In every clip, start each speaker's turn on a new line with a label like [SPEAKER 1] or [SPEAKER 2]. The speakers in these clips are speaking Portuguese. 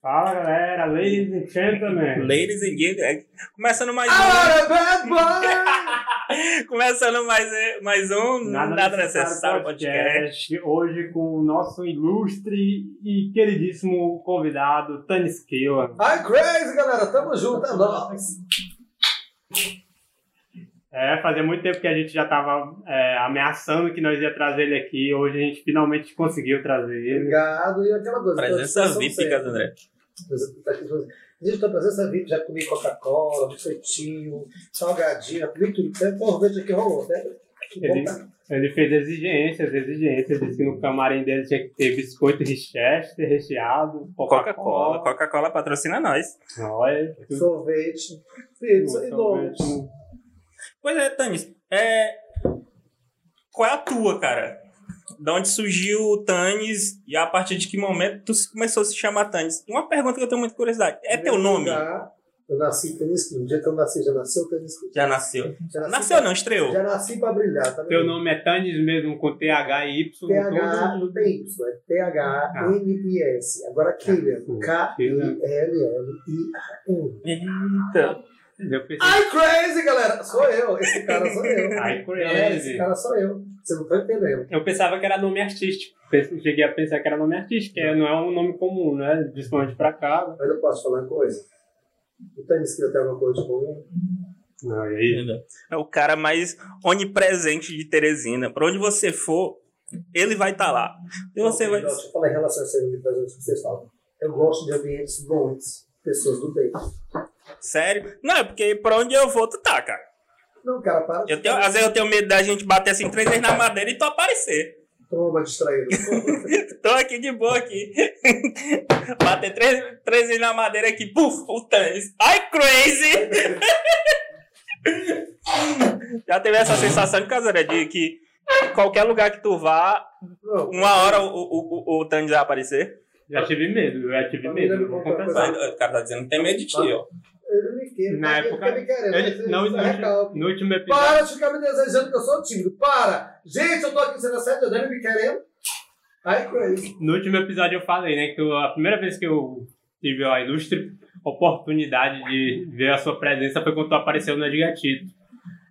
[SPEAKER 1] Fala galera, ladies and gentlemen.
[SPEAKER 2] Ladies and gentlemen, é começando mais
[SPEAKER 1] Ah!
[SPEAKER 2] um, começando mais, mais um Nada, Necessário Podcast.
[SPEAKER 1] Hoje com o nosso ilustre e queridíssimo convidado, Tani Skilla.
[SPEAKER 3] Ai, crazy, galera. Tamo junto, é nóis.
[SPEAKER 1] É, fazia muito tempo que a gente já tava é, ameaçando que nós ia trazer ele aqui. Hoje a gente finalmente conseguiu trazer ele.
[SPEAKER 3] Obrigado. E aquela coisa.
[SPEAKER 2] Presença
[SPEAKER 3] participação
[SPEAKER 2] VIP,
[SPEAKER 3] sempre.
[SPEAKER 2] Casa André.
[SPEAKER 3] Desde a presença VIP, já comi Coca-Cola, biscoitinho, salgadinho, já comi tudo. Tem um sorvete aqui rolou, né? Que bom,
[SPEAKER 1] Ele-
[SPEAKER 3] tá?
[SPEAKER 1] Ele fez exigências, exigências. Disse que no camarim dele tinha que ter biscoito de Chester recheado,
[SPEAKER 2] Coca-Cola.
[SPEAKER 1] Coca-Cola.
[SPEAKER 2] Coca-Cola patrocina nós.
[SPEAKER 1] Olha, tudo
[SPEAKER 3] Sorvete, pizza e
[SPEAKER 1] bom.
[SPEAKER 3] donuts.
[SPEAKER 2] Pois é, Tanis, é... qual é a tua, cara? Da onde surgiu o Tanis e a partir de que momento tu se- começou a se chamar Tanis? Uma pergunta que eu tenho muita curiosidade. É teu
[SPEAKER 3] Meu
[SPEAKER 2] nome?
[SPEAKER 3] lugar, Eu nasci tênis quinto. O dia que eu nasci, já nasceu tênis quinto.
[SPEAKER 2] Já nasceu.
[SPEAKER 3] Já nasci
[SPEAKER 2] Nasceu não, estreou.
[SPEAKER 3] pra- Já nasci pra brilhar, tá
[SPEAKER 1] Teu
[SPEAKER 3] vendo?
[SPEAKER 1] nome é Tanis mesmo, com TH e Y.
[SPEAKER 3] TH,
[SPEAKER 1] todo?
[SPEAKER 3] não tem isso, é
[SPEAKER 2] Ah.
[SPEAKER 3] T-H-N-I-S. Agora Killian, K-I-L-L-I-A-N.
[SPEAKER 2] Eita.
[SPEAKER 1] Eu pensei,
[SPEAKER 3] Ai, crazy, galera! Sou eu, esse cara sou eu.
[SPEAKER 1] Ai, crazy.
[SPEAKER 3] Galera, esse cara sou eu. Você não tá entendendo.
[SPEAKER 1] eu pensava que era nome artístico. Pense- Cheguei a pensar que era nome artístico, que é- não é um nome comum, né? Principalmente pra cá.
[SPEAKER 3] Mas eu posso falar uma coisa? O tênis que eu tenho alguma coisa de comum?
[SPEAKER 1] Não, e aí?
[SPEAKER 2] É o cara mais onipresente de Teresina. Pra onde você for, ele vai estar lá. E você vai...
[SPEAKER 3] Deixa eu falar em relação a esse ambiente das outras que vocês falam. Eu gosto de ambientes bons, pessoas do bem.
[SPEAKER 2] Sério? Não, é porque pra onde eu vou, tu tá, cara.
[SPEAKER 3] Não, cara, para. de
[SPEAKER 2] Eu tenho, às vezes eu tenho medo da gente bater assim três vezes na madeira e tu aparecer.
[SPEAKER 3] Toma, distraído.
[SPEAKER 2] Tô aqui de boa aqui. Bater três, três vezes na madeira aqui, puf, o Thanos. Ai, crazy! Já teve essa sensação de caseira de que qualquer lugar que tu vá,
[SPEAKER 3] Não,
[SPEAKER 2] uma hora o, o, o, o Thanos vai aparecer.
[SPEAKER 1] Já tive medo, já tive medo, não vou confessar.
[SPEAKER 2] O cara tá dizendo, tem medo de ti, ó.
[SPEAKER 3] ele me quer.
[SPEAKER 1] Na
[SPEAKER 3] ele
[SPEAKER 1] época-
[SPEAKER 3] fica me querendo.
[SPEAKER 1] Ele-
[SPEAKER 3] mas ele
[SPEAKER 1] não,
[SPEAKER 3] se
[SPEAKER 1] no,
[SPEAKER 3] recalca.
[SPEAKER 1] último, no último episódio.
[SPEAKER 3] Para de ficar me desejando que eu sou tímido. Para! Gente, eu tô aqui sendo assédio, ele me querendo. Ai, crazy.
[SPEAKER 1] No último episódio eu falei, né? Que eu- a primeira vez que eu tive a ilustre oportunidade de ver a sua presença foi quando tu apareceu no Ed Gatito.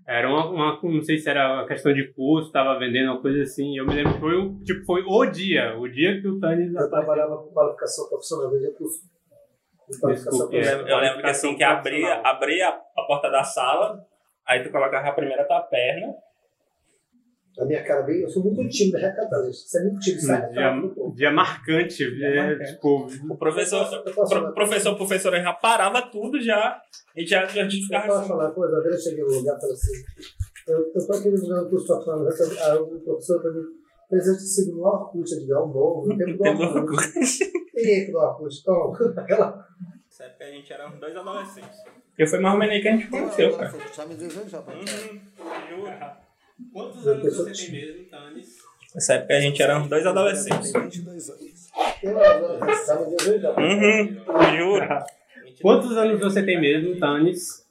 [SPEAKER 1] Era uma, uma- Não sei se era uma questão de curso, tava vendendo uma coisa assim. Eu me lembro que foi o, tipo, foi o dia. O dia que o Tânis
[SPEAKER 3] Eu trabalhava com qualificação profissional, eu já curso. Com qualificação
[SPEAKER 1] Desculpe,
[SPEAKER 2] Eu
[SPEAKER 1] É,
[SPEAKER 3] profissional.
[SPEAKER 2] lembro, eu lembro que assim, que abria, abria a porta da sala, aí tu colocava a primeira tua perna, é.
[SPEAKER 3] A minha cara bem, eu sou muito tímido, recatado, gente. Você é muito
[SPEAKER 2] Hum,
[SPEAKER 3] tímido, sai
[SPEAKER 1] Um dia,
[SPEAKER 3] recatado do povo.
[SPEAKER 1] dia marcante, é,
[SPEAKER 2] marcante.
[SPEAKER 1] tipo,
[SPEAKER 2] o professor...
[SPEAKER 3] Eu posso
[SPEAKER 2] Pro,
[SPEAKER 3] falar,
[SPEAKER 2] professor, professora já parava tudo já. E já, já
[SPEAKER 3] eu
[SPEAKER 2] ficava
[SPEAKER 3] posso
[SPEAKER 2] assim.
[SPEAKER 3] falar uma coisa, uma vez eu cheguei num lugar e falei assim, eu, eu tô aqui no lugar do curso profissional, eu tô- aí o professor pra mim, mas eu te sigo no Orkut, eu digo, é um novo, no tempo do
[SPEAKER 2] Tempo do
[SPEAKER 3] Orkut. Tempo do Orkut, então, aquela...
[SPEAKER 2] Sabe que a gente era uns dois adolescentes. Eu foi mais ou menos aí que a gente conheceu, cara.
[SPEAKER 4] Quantos
[SPEAKER 3] Eu
[SPEAKER 4] anos
[SPEAKER 3] tô
[SPEAKER 4] você tem
[SPEAKER 3] sentindo.
[SPEAKER 4] mesmo, Tânis?
[SPEAKER 2] Nessa época a gente era uns dois adolescentes.
[SPEAKER 3] Eu adoro, sabe, eu vejo, não.
[SPEAKER 2] Uhum, juro.
[SPEAKER 1] Quantos anos você tem mesmo, Tânis?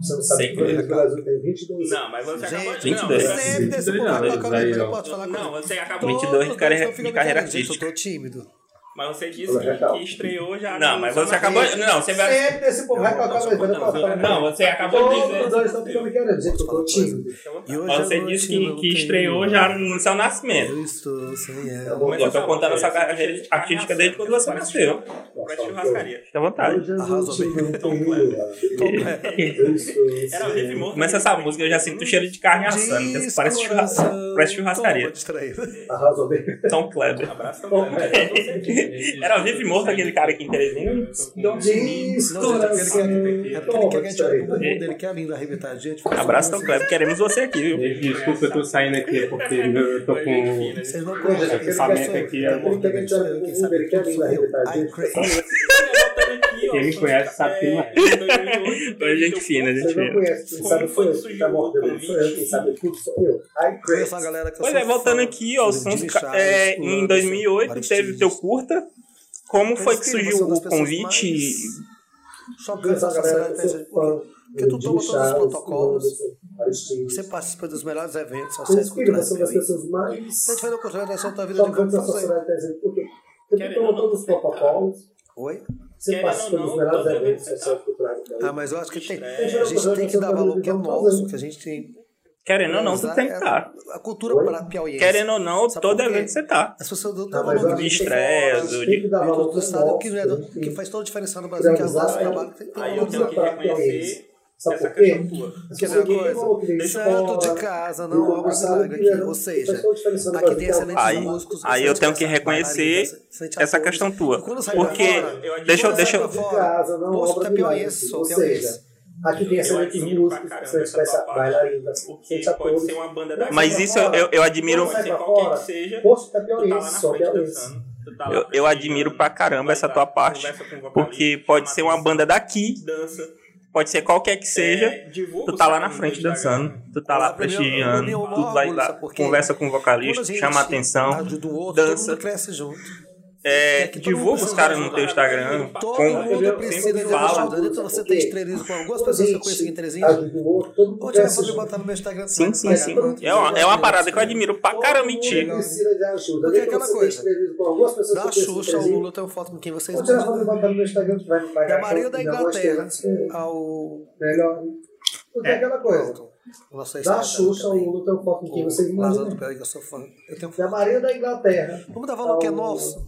[SPEAKER 3] Você não
[SPEAKER 2] Sei
[SPEAKER 3] sabe
[SPEAKER 2] que
[SPEAKER 3] que o Brasil tem 22 anos.
[SPEAKER 2] Não, mas você acabou de. 22.
[SPEAKER 5] Não, sempre desse
[SPEAKER 1] Dois
[SPEAKER 5] povo
[SPEAKER 1] anos,
[SPEAKER 5] pra caralho,
[SPEAKER 1] aí,
[SPEAKER 5] mas eu
[SPEAKER 1] ó.
[SPEAKER 5] posso falar
[SPEAKER 2] Não,
[SPEAKER 5] com
[SPEAKER 2] não,
[SPEAKER 5] ele.
[SPEAKER 2] você acabou então
[SPEAKER 5] Todos
[SPEAKER 2] 22 de carreira,
[SPEAKER 5] eles ficam
[SPEAKER 2] de carreira
[SPEAKER 5] me dizendo,
[SPEAKER 2] artística.
[SPEAKER 5] Gente, eu tô tímido.
[SPEAKER 4] Mas você disse
[SPEAKER 3] Olha,
[SPEAKER 4] que,
[SPEAKER 3] legal.
[SPEAKER 4] que estreou já.
[SPEAKER 2] Não,
[SPEAKER 4] no-
[SPEAKER 2] mas você
[SPEAKER 4] na-
[SPEAKER 2] acabou. Não, você vai.
[SPEAKER 3] Sempre esse povo vai colocar o evento, eu posso falar. né?
[SPEAKER 2] Não, você acabou de
[SPEAKER 3] Todos os
[SPEAKER 2] dizer.
[SPEAKER 3] dois estão ficando me querendo, gente, eu tô tímido.
[SPEAKER 5] E hoje à
[SPEAKER 2] Você
[SPEAKER 5] noite
[SPEAKER 2] disse
[SPEAKER 5] eu
[SPEAKER 2] que, que
[SPEAKER 5] tenho-
[SPEAKER 2] estreou já no É seu nascimento.
[SPEAKER 5] Eu estou sem
[SPEAKER 3] Tá
[SPEAKER 5] ela.
[SPEAKER 3] bom?
[SPEAKER 2] Eu tô contando a sua carreira artística desde quando você nasceu.
[SPEAKER 4] Parece churrascaria.
[SPEAKER 2] Fique à vontade.
[SPEAKER 3] Hoje eu
[SPEAKER 5] Arrasou bem.
[SPEAKER 3] tive um tombo, cara. Eu estou-
[SPEAKER 4] Era riff morto.
[SPEAKER 2] Começa essa música, eu já sinto o cheiro de carne assando. que né? Parece, churra...
[SPEAKER 5] Descoloração.
[SPEAKER 2] parece churrascaria.
[SPEAKER 5] Toma, distraído.
[SPEAKER 3] Arrasou bem.
[SPEAKER 2] Tão Kleber.
[SPEAKER 4] Abraço também. Eu não sei quem é.
[SPEAKER 2] Era vivo e morto aquele cara aqui em Teresina?
[SPEAKER 3] Diz
[SPEAKER 5] Não, gente, aquele que- É porque ele
[SPEAKER 3] Toma,
[SPEAKER 5] quer que a gente olhe pro
[SPEAKER 3] distraído.
[SPEAKER 5] mundo, ele quer linda arrebentar a gente. faz
[SPEAKER 2] Abraço,
[SPEAKER 5] assim,
[SPEAKER 2] Tão Kleber. Queremos você aqui, viu?
[SPEAKER 1] David, Desculpa, eu tô saindo aqui é porque eu tô com.
[SPEAKER 5] Vocês não
[SPEAKER 3] Hoje,
[SPEAKER 5] conhecem.
[SPEAKER 3] aquele
[SPEAKER 5] esse
[SPEAKER 1] pensamento
[SPEAKER 5] pessoal,
[SPEAKER 1] aqui,
[SPEAKER 5] tá
[SPEAKER 1] é-
[SPEAKER 5] bom?
[SPEAKER 3] aquele que a gente olha pro
[SPEAKER 5] Quem
[SPEAKER 3] mundo,
[SPEAKER 5] sabe
[SPEAKER 3] ele quer
[SPEAKER 5] quem
[SPEAKER 3] linda
[SPEAKER 5] sou eu?
[SPEAKER 3] arrebentar a
[SPEAKER 5] Ai,
[SPEAKER 3] gente.
[SPEAKER 5] crazy.
[SPEAKER 1] Quem me conhece sabe quem é.
[SPEAKER 2] Então, gente fina, gente
[SPEAKER 3] Você não
[SPEAKER 2] fina.
[SPEAKER 3] conhece, quem sabe foi eu que tá mordendo, sou eu, quem sabe tudo sou eu. Ai,
[SPEAKER 5] Eu
[SPEAKER 3] crazy.
[SPEAKER 5] sou a galera que eu
[SPEAKER 2] Pois
[SPEAKER 5] sou
[SPEAKER 2] é, voltando
[SPEAKER 5] fã.
[SPEAKER 2] aqui, ó, o
[SPEAKER 5] Didi
[SPEAKER 2] Sons,
[SPEAKER 5] Chaves,
[SPEAKER 2] é, em
[SPEAKER 5] Fulano,
[SPEAKER 2] 2008
[SPEAKER 5] vários
[SPEAKER 2] teve o teu
[SPEAKER 5] times.
[SPEAKER 2] curta. Como foi que
[SPEAKER 5] Sim,
[SPEAKER 2] surgiu
[SPEAKER 5] você é uma
[SPEAKER 2] o
[SPEAKER 5] das pessoas
[SPEAKER 2] convite?
[SPEAKER 5] mais- chocante a sociedade
[SPEAKER 3] ser fã
[SPEAKER 5] PG. Porque tu
[SPEAKER 3] de
[SPEAKER 5] toma todos os
[SPEAKER 3] Charles,
[SPEAKER 5] protocolos.
[SPEAKER 3] do Aristide.
[SPEAKER 5] Você participa dos melhores eventos
[SPEAKER 3] Com
[SPEAKER 5] sociais culturais
[SPEAKER 3] inspiração
[SPEAKER 5] que
[SPEAKER 3] das
[SPEAKER 5] tem. Se
[SPEAKER 3] pessoas mais
[SPEAKER 5] a gente vai no controle da sua vida de como
[SPEAKER 3] chocantes da
[SPEAKER 5] fazer.
[SPEAKER 3] sociedade presente. Porque você
[SPEAKER 4] Querendo
[SPEAKER 3] toma
[SPEAKER 4] ou não,
[SPEAKER 3] todos os protocolos,
[SPEAKER 5] Oi?
[SPEAKER 3] você
[SPEAKER 4] Querendo
[SPEAKER 3] participa
[SPEAKER 4] ou
[SPEAKER 3] dos
[SPEAKER 4] não,
[SPEAKER 3] melhores
[SPEAKER 4] todo
[SPEAKER 3] eventos
[SPEAKER 4] evento
[SPEAKER 3] sociais culturais. que tem.
[SPEAKER 5] Ah, mas eu acho que tem, a gente tem que dar valor ao que é nosso, que a gente tem.
[SPEAKER 2] Querendo ou não, você tem que estar.
[SPEAKER 5] A cultura
[SPEAKER 3] Oi?
[SPEAKER 5] para piauiense.
[SPEAKER 2] Querendo ou não,
[SPEAKER 5] Sabe
[SPEAKER 2] todo
[SPEAKER 5] por quê?
[SPEAKER 2] evento você tá.
[SPEAKER 5] As pessoas não
[SPEAKER 3] Ah,
[SPEAKER 5] dão
[SPEAKER 3] mas
[SPEAKER 5] valor
[SPEAKER 3] eu
[SPEAKER 5] do
[SPEAKER 2] De
[SPEAKER 3] acho que-
[SPEAKER 2] estresse,
[SPEAKER 3] tem
[SPEAKER 2] de-
[SPEAKER 3] que dar valor
[SPEAKER 5] do
[SPEAKER 3] pro
[SPEAKER 5] estado, que, é
[SPEAKER 3] nosso,
[SPEAKER 5] do-
[SPEAKER 3] tem
[SPEAKER 5] que
[SPEAKER 3] que
[SPEAKER 5] faz toda a diferença no Brasil, que é o nosso trabalho. Tem que ter
[SPEAKER 4] Aí
[SPEAKER 5] valor
[SPEAKER 4] eu
[SPEAKER 5] do
[SPEAKER 4] tenho
[SPEAKER 5] trabalho.
[SPEAKER 4] que
[SPEAKER 3] Pra
[SPEAKER 4] reconhecer
[SPEAKER 3] Sabe
[SPEAKER 4] essa
[SPEAKER 3] por quê?
[SPEAKER 4] questão tua.
[SPEAKER 5] Quer dizer uma coisa? Santo
[SPEAKER 3] Santo
[SPEAKER 5] de casa, não obra de milagre aqui. Ou seja, aqui tem excelentes
[SPEAKER 2] Aí-
[SPEAKER 5] músicos.
[SPEAKER 2] aí eu
[SPEAKER 5] excelentes
[SPEAKER 2] tenho que
[SPEAKER 5] bailarinos,
[SPEAKER 2] reconhecer
[SPEAKER 5] excelentes
[SPEAKER 2] Essa
[SPEAKER 5] atores.
[SPEAKER 2] questão
[SPEAKER 5] E
[SPEAKER 2] tua.
[SPEAKER 5] quando sai pra
[SPEAKER 2] Porque.
[SPEAKER 5] fora,
[SPEAKER 4] Eu admiro
[SPEAKER 2] Deixa eu.
[SPEAKER 4] essa
[SPEAKER 2] Deixa
[SPEAKER 5] pra
[SPEAKER 2] eu.
[SPEAKER 5] fora, moço, tu é piauiense, sou piauiense.
[SPEAKER 3] Aqui tem
[SPEAKER 4] Eu
[SPEAKER 3] excelentes
[SPEAKER 4] admiro pra
[SPEAKER 3] músicos,
[SPEAKER 4] caramba
[SPEAKER 3] excelentes
[SPEAKER 4] essa tua parte.
[SPEAKER 3] bailarinas,
[SPEAKER 4] Porque
[SPEAKER 3] excelentes atores.
[SPEAKER 4] pode ser uma banda da
[SPEAKER 2] Mas isso eu, eu- eu admiro.
[SPEAKER 4] Pode ser
[SPEAKER 3] Sai pra
[SPEAKER 4] qualquer
[SPEAKER 3] fora.
[SPEAKER 4] que seja.
[SPEAKER 3] Poxa, tá
[SPEAKER 4] Tu tá lá na
[SPEAKER 3] piauiense, só
[SPEAKER 4] frente
[SPEAKER 3] piauiense.
[SPEAKER 4] dançando. tu tá lá
[SPEAKER 2] Eu, eu
[SPEAKER 4] presente,
[SPEAKER 2] admiro pra caramba
[SPEAKER 4] vai
[SPEAKER 2] essa
[SPEAKER 4] lá,
[SPEAKER 2] tua parte.
[SPEAKER 4] conversa com o vocalista,
[SPEAKER 2] Porque pode ser uma
[SPEAKER 4] mata
[SPEAKER 2] banda daqui,
[SPEAKER 4] isso, Dança.
[SPEAKER 2] pode ser qualquer que seja.
[SPEAKER 4] É, divulga
[SPEAKER 2] Tu
[SPEAKER 4] o
[SPEAKER 2] tá
[SPEAKER 4] seu
[SPEAKER 2] lá na
[SPEAKER 4] canal no
[SPEAKER 2] frente
[SPEAKER 4] Instagram.
[SPEAKER 2] dançando, tu tá lá
[SPEAKER 5] Pra mim, eu- pra mim, eu
[SPEAKER 2] prestigiando,
[SPEAKER 5] morro
[SPEAKER 2] tu vai
[SPEAKER 5] orgulho,
[SPEAKER 2] lá,
[SPEAKER 5] sabe por quê?
[SPEAKER 2] conversa com o vocalista,
[SPEAKER 5] Quando a gente
[SPEAKER 2] chama a atenção,
[SPEAKER 5] ajuda o outro,
[SPEAKER 2] dança.
[SPEAKER 5] todo mundo cresce junto.
[SPEAKER 2] é,
[SPEAKER 5] É que todo mundo
[SPEAKER 2] divulga os
[SPEAKER 5] precisa
[SPEAKER 2] caras
[SPEAKER 5] de
[SPEAKER 2] no
[SPEAKER 5] ajuda.
[SPEAKER 2] teu Instagram,
[SPEAKER 5] Todo
[SPEAKER 2] com-
[SPEAKER 5] mundo
[SPEAKER 3] eu
[SPEAKER 5] precisa
[SPEAKER 3] sempre
[SPEAKER 5] de
[SPEAKER 3] falo.
[SPEAKER 5] ajuda. Então você tem estrelismo com algumas pessoas que eu conheço aqui em Teresina.
[SPEAKER 3] Ajuda o outro, todo mundo
[SPEAKER 5] Vou tirar
[SPEAKER 3] cresce
[SPEAKER 5] foto e
[SPEAKER 3] junto.
[SPEAKER 5] botar no meu Instagram.
[SPEAKER 2] Sim, sim, sim. É uma, é uma parada que eu admiro pra cara
[SPEAKER 5] é
[SPEAKER 2] mentir.
[SPEAKER 3] Todo mundo precisa de ajuda.
[SPEAKER 5] Porque é
[SPEAKER 3] Nem
[SPEAKER 5] aquela
[SPEAKER 3] você
[SPEAKER 5] coisa.
[SPEAKER 3] tem experiência com algumas pessoas que
[SPEAKER 5] Da
[SPEAKER 3] eu conheço
[SPEAKER 5] Xuxa ao
[SPEAKER 3] presente.
[SPEAKER 5] Lula, eu tenho foto com quem vocês
[SPEAKER 3] Vou tirar foto e
[SPEAKER 5] gostam.
[SPEAKER 3] botar no meu Instagram que vai me pagar.
[SPEAKER 5] Da Maria da
[SPEAKER 3] Não, vou
[SPEAKER 5] Inglaterra
[SPEAKER 3] esperar.
[SPEAKER 5] ao.
[SPEAKER 3] é Melhor. Porque é aquela coisa.
[SPEAKER 5] Pronto. Nossa,
[SPEAKER 3] Da
[SPEAKER 5] Instagram
[SPEAKER 3] Xuxa ao
[SPEAKER 5] também.
[SPEAKER 3] Lula tem um foto em quem
[SPEAKER 5] O
[SPEAKER 3] você
[SPEAKER 5] Lázaro do
[SPEAKER 3] imagina.
[SPEAKER 5] Piauí, que eu sou fã. Eu tenho
[SPEAKER 3] Da
[SPEAKER 5] fã.
[SPEAKER 3] Maria da Inglaterra.
[SPEAKER 5] Vamos dar valor ao que é
[SPEAKER 3] Ao-
[SPEAKER 5] nosso.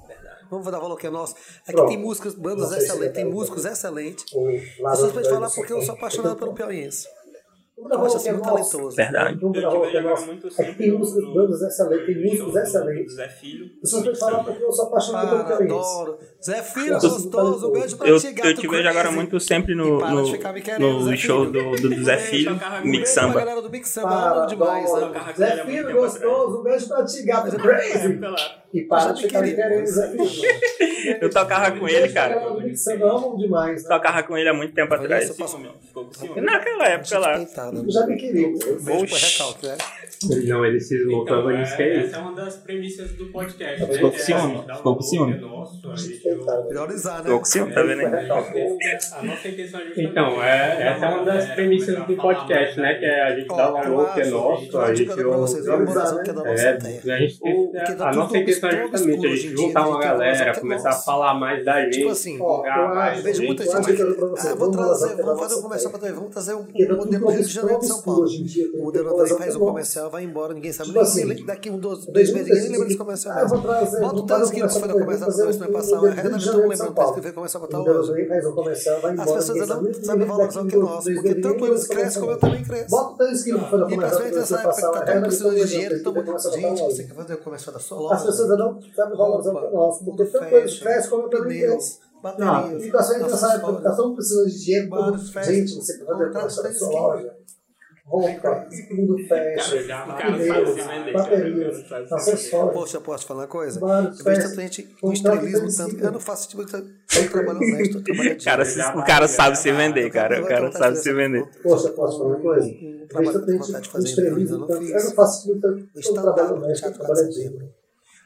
[SPEAKER 5] Vamos dar valor ao que é nosso. Aqui
[SPEAKER 3] Pronto.
[SPEAKER 5] tem músicas, bandas
[SPEAKER 3] Não sei se é
[SPEAKER 5] excelentes, tem
[SPEAKER 3] vai dar
[SPEAKER 5] músicos excelentes.
[SPEAKER 3] O
[SPEAKER 5] Eu
[SPEAKER 3] Lázaro
[SPEAKER 5] só
[SPEAKER 3] do
[SPEAKER 5] vou
[SPEAKER 3] Piauí,
[SPEAKER 5] te falar
[SPEAKER 3] você
[SPEAKER 5] porque eu
[SPEAKER 3] tem.
[SPEAKER 5] sou apaixonado pelo piauiense.
[SPEAKER 3] Vamos dar
[SPEAKER 5] Eu acho
[SPEAKER 3] valor
[SPEAKER 5] assim
[SPEAKER 3] que é
[SPEAKER 5] muito
[SPEAKER 3] nosso.
[SPEAKER 5] talentoso.
[SPEAKER 2] Verdade.
[SPEAKER 3] Vamos dar
[SPEAKER 4] Eu
[SPEAKER 3] valor que é
[SPEAKER 4] jogar
[SPEAKER 3] nosso.
[SPEAKER 4] muito
[SPEAKER 3] É
[SPEAKER 4] né?
[SPEAKER 3] que tem
[SPEAKER 4] sempre
[SPEAKER 3] músicas,
[SPEAKER 4] no-
[SPEAKER 3] bandas excelentes, tem músicos
[SPEAKER 4] do
[SPEAKER 3] excelentes.
[SPEAKER 4] Zé Filho.
[SPEAKER 3] Eu só vou te falar porque eu sou apaixonado pelo
[SPEAKER 5] Para,
[SPEAKER 3] Piauiense.
[SPEAKER 5] adoro. Zé Filho,
[SPEAKER 3] Nossa,
[SPEAKER 5] gostoso. Um beijo pra
[SPEAKER 2] Eu,
[SPEAKER 5] ti, gato.
[SPEAKER 2] eu te vejo agora
[SPEAKER 5] crazy.
[SPEAKER 2] muito sempre no,
[SPEAKER 5] E para de
[SPEAKER 2] no,
[SPEAKER 5] ficar me querendo,
[SPEAKER 2] no
[SPEAKER 5] Zé
[SPEAKER 2] show
[SPEAKER 5] Filho.
[SPEAKER 2] do, do Zé Filho,
[SPEAKER 5] Um
[SPEAKER 2] Mix
[SPEAKER 5] beijo pra
[SPEAKER 2] Samba.
[SPEAKER 5] galera do Mix Samba,
[SPEAKER 3] Para,
[SPEAKER 5] amo Tá demais.
[SPEAKER 3] adoro.
[SPEAKER 5] né? é
[SPEAKER 3] Zé Filho, gostoso. Um beijo pra ti, gato crazy.
[SPEAKER 5] tá
[SPEAKER 4] Sei lá.
[SPEAKER 3] E
[SPEAKER 5] Eu já
[SPEAKER 3] para
[SPEAKER 5] me
[SPEAKER 3] de ficar me
[SPEAKER 5] queria.
[SPEAKER 3] querendo, Zé Filho.
[SPEAKER 2] Eu tocava com ele, cara.
[SPEAKER 3] Você ama demais, né?
[SPEAKER 2] Tocava com ele há muito tempo atrás.
[SPEAKER 5] Vanessa, passa-
[SPEAKER 4] Ciúme, ó. Ficou com ciúme.
[SPEAKER 5] um
[SPEAKER 2] Naquela época lá.
[SPEAKER 5] Respeitada.
[SPEAKER 3] Eu já me queria.
[SPEAKER 5] Um beijo pro
[SPEAKER 2] Oxi.
[SPEAKER 5] recalque, né?
[SPEAKER 1] Não, ele cismou
[SPEAKER 4] Então,
[SPEAKER 1] então,
[SPEAKER 4] é,
[SPEAKER 1] isso que é isso.
[SPEAKER 4] essa é uma das premissas do podcast.
[SPEAKER 2] Ficou
[SPEAKER 4] né?
[SPEAKER 2] com ciúme?
[SPEAKER 4] É, a gente dá
[SPEAKER 2] Ficou
[SPEAKER 4] um
[SPEAKER 2] com
[SPEAKER 4] valor
[SPEAKER 2] ciúme?
[SPEAKER 4] que é nosso, a gente-
[SPEAKER 5] Priorizar, né?
[SPEAKER 2] Tô com ciúme, tá vendo aí?
[SPEAKER 4] A nossa intenção é justamente-
[SPEAKER 1] Então, é, essa é uma das premissas do podcast, né? Que é a gente dá o valor que é
[SPEAKER 5] um
[SPEAKER 1] nosso, a gente. É, a gente tem, a nossa intenção é justamente a gente juntar uma galera, começar a falar mais da gente.
[SPEAKER 5] Tipo assim,
[SPEAKER 3] Ó, eu acho-
[SPEAKER 5] eu vejo muita
[SPEAKER 3] eu acho
[SPEAKER 5] gente.
[SPEAKER 3] que é eu pra você,
[SPEAKER 5] Ah, vou
[SPEAKER 3] vamos lá,
[SPEAKER 5] trazer,
[SPEAKER 3] vai pegar
[SPEAKER 5] vamos fazer
[SPEAKER 3] é
[SPEAKER 5] um
[SPEAKER 3] nossa
[SPEAKER 5] comercial pra
[SPEAKER 3] terra.
[SPEAKER 5] TV, vamos trazer um
[SPEAKER 3] Porque tá
[SPEAKER 5] modelo
[SPEAKER 3] tudo
[SPEAKER 5] do Rio de Janeiro de São Paulo.
[SPEAKER 3] hoje em dia, né? tem
[SPEAKER 5] O
[SPEAKER 3] que ter
[SPEAKER 5] modelo também
[SPEAKER 3] coisa
[SPEAKER 5] faz um
[SPEAKER 3] boa.
[SPEAKER 5] comercial, vai embora, ninguém sabe
[SPEAKER 3] Tipo
[SPEAKER 5] nem
[SPEAKER 3] assim,
[SPEAKER 5] se daqui um, dois,
[SPEAKER 3] Tem
[SPEAKER 5] dois
[SPEAKER 3] muita
[SPEAKER 5] meses ninguém
[SPEAKER 3] gente
[SPEAKER 5] lembra desse
[SPEAKER 3] que-
[SPEAKER 5] comercial.
[SPEAKER 3] Ah, eu vou trazer,
[SPEAKER 5] Bota
[SPEAKER 3] vou
[SPEAKER 5] o tanto
[SPEAKER 3] fazer
[SPEAKER 5] que
[SPEAKER 3] um
[SPEAKER 5] foi no
[SPEAKER 3] comercial pra
[SPEAKER 5] comercial do
[SPEAKER 3] fazer
[SPEAKER 5] semana
[SPEAKER 3] um
[SPEAKER 5] passada,
[SPEAKER 3] modelo
[SPEAKER 5] a Renata
[SPEAKER 3] de
[SPEAKER 5] não
[SPEAKER 3] São
[SPEAKER 5] lembra
[SPEAKER 3] Paulo.
[SPEAKER 5] que foi comercial pra
[SPEAKER 3] O
[SPEAKER 5] tal
[SPEAKER 3] modelo
[SPEAKER 5] hoje.
[SPEAKER 3] também faz um comercial, vai
[SPEAKER 5] As
[SPEAKER 3] embora,
[SPEAKER 5] pessoas
[SPEAKER 3] ninguém
[SPEAKER 5] ainda
[SPEAKER 3] sabe nem
[SPEAKER 5] não sabem
[SPEAKER 3] daqui
[SPEAKER 5] valorizar o que é
[SPEAKER 3] dois,
[SPEAKER 5] nosso,
[SPEAKER 3] três
[SPEAKER 5] porque
[SPEAKER 3] meses,
[SPEAKER 5] tanto
[SPEAKER 3] ninguém
[SPEAKER 5] eles
[SPEAKER 3] vai
[SPEAKER 5] crescem como eu
[SPEAKER 3] começar.
[SPEAKER 5] também cresço.
[SPEAKER 3] Bota três quilos para
[SPEAKER 5] E
[SPEAKER 3] começar.
[SPEAKER 5] principalmente nessa época que tá todo mundo precisando de dinheiro, então muita gente, você quer fazer o comercial da sua loja?
[SPEAKER 3] As pessoas ainda não sabem valorizar o que é nosso, porque
[SPEAKER 5] Roupa,
[SPEAKER 3] tanto eles
[SPEAKER 5] fashion,
[SPEAKER 3] crescem como eu também cresço.
[SPEAKER 5] pneus, baterias,
[SPEAKER 3] E tá só
[SPEAKER 5] nossas
[SPEAKER 3] interessado, porque
[SPEAKER 5] escolas.
[SPEAKER 3] tá todo mundo precisando de dinheiro, todo mundo,
[SPEAKER 5] Bar,
[SPEAKER 3] gente,
[SPEAKER 5] festa,
[SPEAKER 3] você quer fazer
[SPEAKER 5] contrato
[SPEAKER 3] festa da
[SPEAKER 5] da
[SPEAKER 3] sua
[SPEAKER 5] esquina.
[SPEAKER 3] loja, roupa, tudo
[SPEAKER 4] Cara, já-
[SPEAKER 3] fecha,
[SPEAKER 4] o cara
[SPEAKER 3] pneus,
[SPEAKER 4] sabe
[SPEAKER 2] assim,
[SPEAKER 4] se
[SPEAKER 3] tá
[SPEAKER 4] vender, cara.
[SPEAKER 3] baterias,
[SPEAKER 4] Sabe se
[SPEAKER 3] acessórios.
[SPEAKER 5] Poxa, eu posso falar uma coisa?
[SPEAKER 3] Vários
[SPEAKER 5] eu vejo
[SPEAKER 3] fest-
[SPEAKER 5] tanta gente com
[SPEAKER 3] contratos
[SPEAKER 5] estrelismo tanto.
[SPEAKER 3] vencidos.
[SPEAKER 5] Eu não faço tipo de tra- eu trabalho honesto, eu trabalho de
[SPEAKER 2] Cara, se- o cara sabe se vender, cara. O cara sabe se vender.
[SPEAKER 3] Poxa, posso falar uma coisa?
[SPEAKER 5] Um
[SPEAKER 3] Às vezes eu
[SPEAKER 5] trabalho que eu
[SPEAKER 3] tenho
[SPEAKER 5] tenho vontade de
[SPEAKER 3] um
[SPEAKER 5] fazer, mas eu
[SPEAKER 3] estrelismo,
[SPEAKER 5] não
[SPEAKER 3] tanto- eu não
[SPEAKER 5] fiz.
[SPEAKER 3] faço muito tanto
[SPEAKER 5] O
[SPEAKER 3] trabalho
[SPEAKER 5] estandarte do
[SPEAKER 3] honesto, eu
[SPEAKER 5] Teatro 4
[SPEAKER 3] trabalho
[SPEAKER 5] de
[SPEAKER 3] de
[SPEAKER 5] Setembro.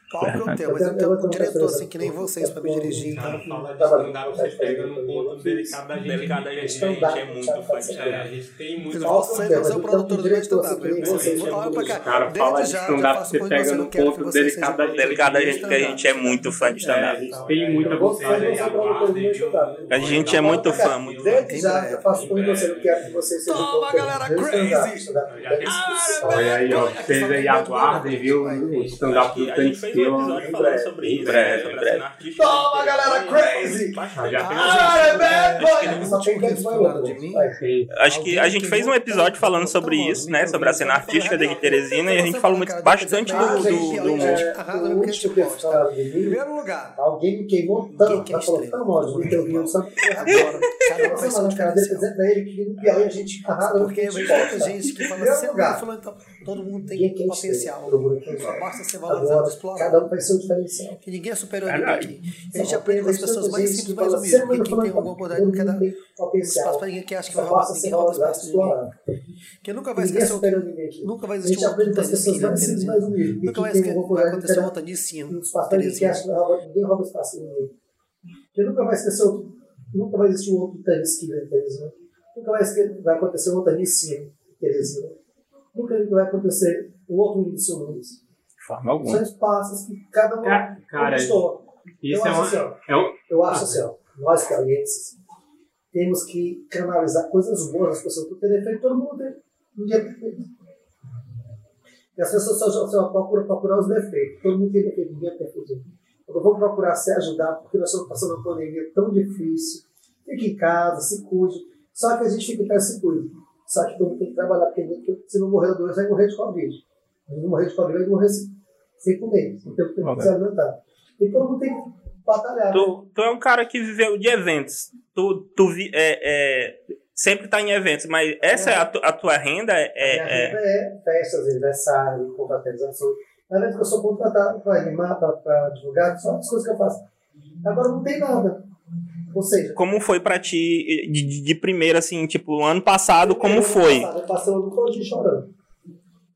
[SPEAKER 5] Claro que eu tenho, mas eu
[SPEAKER 3] Eu
[SPEAKER 5] tenho
[SPEAKER 3] tenho
[SPEAKER 5] um
[SPEAKER 3] uma
[SPEAKER 5] diretor
[SPEAKER 3] professora-
[SPEAKER 5] assim, que nem vocês, pra me dirigir. então.
[SPEAKER 4] Cara, falar disso não dá pra vocês pegando um ponto delicado da gente.
[SPEAKER 1] Delicado
[SPEAKER 4] da
[SPEAKER 3] gente, a gente é muito
[SPEAKER 4] É,
[SPEAKER 3] fã
[SPEAKER 4] a gente tem
[SPEAKER 5] Mas
[SPEAKER 4] muito.
[SPEAKER 5] Vocês não são
[SPEAKER 3] Então,
[SPEAKER 5] produtores do meu
[SPEAKER 3] diretor,
[SPEAKER 5] stand-up.
[SPEAKER 3] você tem que
[SPEAKER 5] Vocês
[SPEAKER 3] ser
[SPEAKER 5] olham pra cá.
[SPEAKER 3] produtor.
[SPEAKER 1] Cara,
[SPEAKER 5] Desde
[SPEAKER 1] fala de
[SPEAKER 5] já,
[SPEAKER 1] stand-up,
[SPEAKER 5] já faço
[SPEAKER 1] você
[SPEAKER 5] coisa que
[SPEAKER 1] pega
[SPEAKER 5] eu
[SPEAKER 1] no
[SPEAKER 5] não quero que
[SPEAKER 1] ponto
[SPEAKER 5] vocês
[SPEAKER 1] delicado
[SPEAKER 5] sejam
[SPEAKER 1] da gente.
[SPEAKER 2] Delicado, a gente, que a gente é muito fã
[SPEAKER 1] É,
[SPEAKER 2] de
[SPEAKER 1] a
[SPEAKER 2] stand-up.
[SPEAKER 1] gente tem muita vontade de
[SPEAKER 2] A gente é muito fã, muito fã.
[SPEAKER 3] Desde já, eu faço por você, eu quero que vocês sejam
[SPEAKER 5] Toma,
[SPEAKER 3] importantes.
[SPEAKER 5] galera,
[SPEAKER 3] Desde o stand-up,
[SPEAKER 5] crazy!
[SPEAKER 3] stand-up,
[SPEAKER 4] Já tem-
[SPEAKER 1] Olha aí, ó, vocês aí aguardem, viu? O stand-up do
[SPEAKER 4] A gente
[SPEAKER 1] Tank Steel.
[SPEAKER 4] fez um episódio falando sobre isso.
[SPEAKER 2] tá breve, em breve.
[SPEAKER 4] sobre a cena artística
[SPEAKER 3] Toma,
[SPEAKER 4] inteira.
[SPEAKER 3] galera,
[SPEAKER 2] Então,
[SPEAKER 4] Olha,
[SPEAKER 3] crazy!
[SPEAKER 4] bastante.
[SPEAKER 5] Ah,
[SPEAKER 1] Já tem-
[SPEAKER 5] é
[SPEAKER 3] Só tem que foi outro.
[SPEAKER 5] de mim.
[SPEAKER 3] Vai.
[SPEAKER 2] Acho que a gente fez um episódio falando sobre isso, né? Sobre a cena artística daqui de Teresina. E a gente falou muito, bastante
[SPEAKER 3] Ah,
[SPEAKER 2] do, do, do
[SPEAKER 3] gente,
[SPEAKER 2] monte.
[SPEAKER 3] é,
[SPEAKER 5] Arrasa
[SPEAKER 3] o
[SPEAKER 5] mesmo que a gente
[SPEAKER 3] último que eles
[SPEAKER 5] gosta.
[SPEAKER 3] falaram de mim,
[SPEAKER 5] Primeiro lugar,
[SPEAKER 3] Alguém me queimou
[SPEAKER 5] Ninguém
[SPEAKER 3] tanto,
[SPEAKER 5] quer
[SPEAKER 3] ela falou,
[SPEAKER 5] estrela.
[SPEAKER 3] tá ódio, me queimou tanto.
[SPEAKER 5] agora, cada um
[SPEAKER 3] Você tá
[SPEAKER 5] vai ser um
[SPEAKER 3] falando, cara, deve
[SPEAKER 5] diferencial.
[SPEAKER 3] dizer pra ele um que no Piauí a gente arrasa
[SPEAKER 5] Porque
[SPEAKER 3] a
[SPEAKER 5] eu
[SPEAKER 3] gente
[SPEAKER 5] vejo
[SPEAKER 3] gosta.
[SPEAKER 5] tanta gente que fala
[SPEAKER 3] é Primeiro
[SPEAKER 5] assim,
[SPEAKER 3] lugar,
[SPEAKER 5] falando, então, todo mundo
[SPEAKER 3] um ninguém
[SPEAKER 5] tem
[SPEAKER 3] quer estrela,
[SPEAKER 5] potencial.
[SPEAKER 3] todo mundo quer
[SPEAKER 5] Só
[SPEAKER 3] estrela.
[SPEAKER 5] basta ser valorizado,
[SPEAKER 3] Agora,
[SPEAKER 5] explorado.
[SPEAKER 3] cada um faz seu diferencial. Então,
[SPEAKER 5] Que ninguém é superior a ninguém
[SPEAKER 1] Caralho.
[SPEAKER 5] aqui. A gente aprende com as pessoas mais simples, mais
[SPEAKER 3] Fala, assim, sempre
[SPEAKER 5] humildes. Quem
[SPEAKER 3] falando,
[SPEAKER 5] tem alguma oportunidade não quer
[SPEAKER 3] tá todo
[SPEAKER 5] dar
[SPEAKER 3] mundo tem
[SPEAKER 5] espaço
[SPEAKER 3] potencial.
[SPEAKER 5] pra ninguém que acha que
[SPEAKER 3] Só
[SPEAKER 5] vai roubar,
[SPEAKER 3] passa a ser
[SPEAKER 5] ninguém rouba
[SPEAKER 3] valorizado,
[SPEAKER 5] espaço de ninguém.
[SPEAKER 3] explorado.
[SPEAKER 5] Porque nunca vai
[SPEAKER 3] Ninguém é
[SPEAKER 5] esquecer o
[SPEAKER 3] superior a ninguém aqui.
[SPEAKER 5] Nunca vai
[SPEAKER 3] A
[SPEAKER 5] existir um
[SPEAKER 3] gente
[SPEAKER 5] uma
[SPEAKER 3] aprende com as
[SPEAKER 5] oportunidade
[SPEAKER 3] pessoas
[SPEAKER 5] que
[SPEAKER 3] mais simples, mais
[SPEAKER 5] Teresina.
[SPEAKER 3] humildes.
[SPEAKER 5] né? Nunca vai
[SPEAKER 3] E quem
[SPEAKER 5] esquecer
[SPEAKER 3] tem uma
[SPEAKER 5] vai
[SPEAKER 3] oportunidade,
[SPEAKER 5] acontecer
[SPEAKER 3] quero-
[SPEAKER 5] uma tanicinha.
[SPEAKER 3] um dos fatores que acha que vai roubar- ninguém rouba espaço de ninguém. Porque nunca vai esquecer o- nunca vai existir um outro Tanis que vem Teresina. Nunca vai, esque- vai acontecer um Tanis sim, Teresina. né? Nunca vai acontecer um outro Wilson Nunes.
[SPEAKER 2] De forma alguma.
[SPEAKER 3] São espaços que cada um
[SPEAKER 1] Ca- cara,
[SPEAKER 3] conquistou.
[SPEAKER 1] Isso
[SPEAKER 3] eu
[SPEAKER 1] é
[SPEAKER 3] acho
[SPEAKER 1] uma.
[SPEAKER 3] assim, ó,
[SPEAKER 1] É um,
[SPEAKER 3] eu acho assim, ó, nós calientes temos que canalizar coisas boas nas pessoas, porque defeito todo mundo tem um dia perfeito. E as pessoas só, só procuram procurar os defeitos, todo mundo tem defeito, ninguém é perfeito. Então vamos procurar se ajudar, porque nós estamos passando uma pandemia tão difícil. Fique em casa, se cuide. Só que a gente fica em casa e se cuide. Só que todo mundo tem que trabalhar, porque se não morrer da doença, vai morrer de Covid. Se não morrer de Covid, vai morrer sem, sem comer. Então tem que se alimentar. E todo mundo tem que batalhar.
[SPEAKER 2] Tu, tu é um cara que viveu de eventos. Tu, tu vi- é, é, sempre tá em eventos, mas essa é, a, tu- a tua renda? É,
[SPEAKER 3] Minha
[SPEAKER 2] é-
[SPEAKER 3] renda é festas, aniversário, confraternização. Na verdade, eu sou contratado para animar, para divulgar, só as coisas que eu faço. Agora não tem nada. Ou seja,
[SPEAKER 2] como foi pra ti de, de, de primeiro, assim, tipo, ano passado, como
[SPEAKER 3] eu
[SPEAKER 2] foi?
[SPEAKER 3] passava- Eu passei o ano todo dia chorando.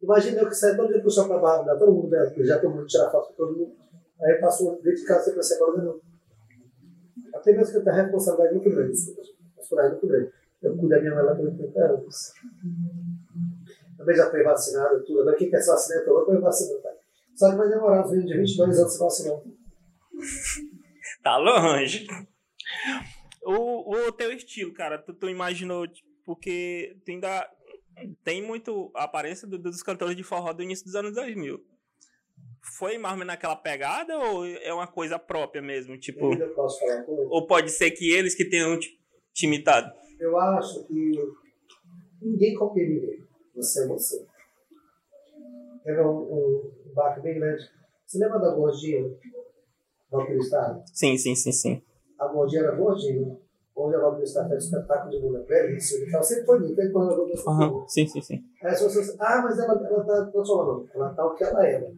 [SPEAKER 3] Imagina eu que saí todo dia puxar para barra, dá todo mundo, né? Porque já todo mundo tirar foto com todo mundo. Aí eu passo dentro de casa sem pensar agora não. Até mesmo que eu tenho a responsabilidade muito grande, responsabilidade muito grande. Eu cuido da minha mãe lá por 80 anos. Também já foi vacinado, tudo. Agora quem quer se vacinar, eu vou vacinar, tá? Só que vai demorar, filho, de 22 anos se vacinar.
[SPEAKER 2] Tá longe. O, o teu estilo, cara, tu, tu imaginou, tipo, porque tu ainda tem muito a aparência do- dos cantores de forró do início dos anos 2000. Foi mais ou menos naquela pegada ou é uma coisa própria mesmo?
[SPEAKER 3] Eu
[SPEAKER 2] Tipo,
[SPEAKER 3] ainda posso falar com ele.
[SPEAKER 2] ou pode ser que eles que tenham te, te imitado?
[SPEAKER 3] Eu acho que ninguém copia ninguém. Você é você. Teve um, um um barco bem grande. Você lembra da gordinha? Valkyrie Star?
[SPEAKER 2] Sim, sim, sim, sim.
[SPEAKER 3] A gordinha era gordinha. Onde a Valkyrie Star fez espetáculo de mulher belíssima e tal. Sempre foi linda. Tem quando ela gordinha, sempre foi linda.
[SPEAKER 2] Aham, Sim, sim, sim.
[SPEAKER 3] Aí as pessoas, ah, mas ela, ela tá transformando. Ela tá o que ela era.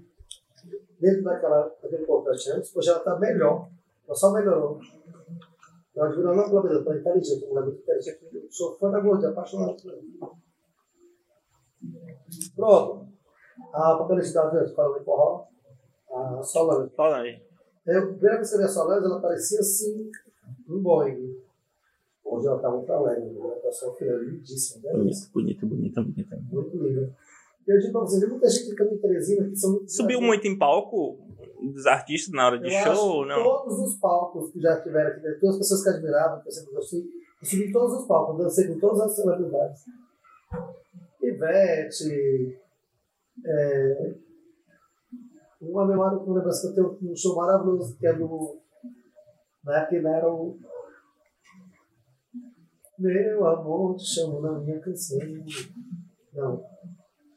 [SPEAKER 3] Dentro daquela, daquele corpo que ela tinha antes, hoje ela tá melhor. Ela só melhorou. Ela virou não pela beleza, pela inteligência. Uma muito inteligente. Eu sou fã da gordura, apaixonado por ela. Pronto. A publicidade da Vênus, falando em forró, a Solange.
[SPEAKER 2] Solange.
[SPEAKER 3] Aí, a primeira vez que eu vi a Solange, ela parecia assim, um Boeing. Hoje ela tá muito alegre, ela tá só filha lindíssima, né?
[SPEAKER 2] Bonita, bonita, bonita.
[SPEAKER 3] Muito lindo. Eu digo pra vocês, tem muita gente que canta em Teresina que são muito.
[SPEAKER 2] Subiu muito em palco dos artistas na hora
[SPEAKER 3] Eu
[SPEAKER 2] de
[SPEAKER 3] acho
[SPEAKER 2] show ou não?
[SPEAKER 3] Todos os palcos que já tiveram aqui dentro, todas as pessoas que admiravam, que eu sempre gostei, eu subi em todos os palcos, eu dancei com todas as celebridades. Ivete. é, um Uma memória que eu lembro que eu tenho um show maravilhoso, que é do. Na época ele era o. Meu amor, te chamo na minha canção. Não.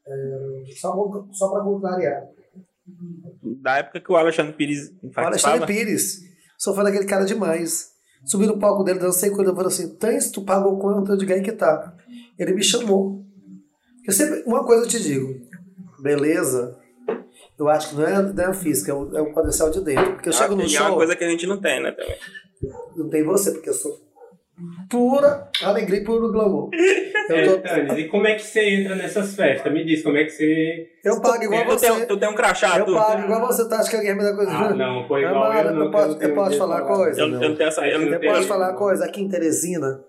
[SPEAKER 3] É, só, só pra contrariar.
[SPEAKER 2] Da época que o Alexandre Pires participava.
[SPEAKER 5] Alexandre Pires. Sou fã daquele cara demais. Subi no palco dele, dancei com ele, eu falei assim, Tans, tu pagou quanto? Eu digo, aí que tá. Ele me chamou. Eu sempre, uma coisa eu te digo, beleza, eu acho que não é, não é física, é um, é um potencial de dentro. Porque eu chego no
[SPEAKER 2] e
[SPEAKER 5] show,
[SPEAKER 2] é uma coisa que a gente não tem, né? Também.
[SPEAKER 5] não tem você, porque eu sou pura alegria e puro glamour. Eu,
[SPEAKER 1] é,
[SPEAKER 5] tô,
[SPEAKER 1] Tânis, e como é que você entra nessas festas? Me diz, como é que você.
[SPEAKER 5] eu pago igual
[SPEAKER 2] tu,
[SPEAKER 5] você.
[SPEAKER 2] tem, tu tem um crachá,
[SPEAKER 5] Eu
[SPEAKER 2] tu.
[SPEAKER 5] pago igual você, tá? Acho que alguém me dá coisa.
[SPEAKER 1] Ah, não, foi igual
[SPEAKER 5] Amara,
[SPEAKER 1] eu. Não,
[SPEAKER 5] posso, eu posso falar coisa?
[SPEAKER 2] Eu, eu não tenho essa. Eu não
[SPEAKER 1] Eu
[SPEAKER 5] Eu
[SPEAKER 2] tenho
[SPEAKER 5] posso falar uma coisa? Aqui em Teresina,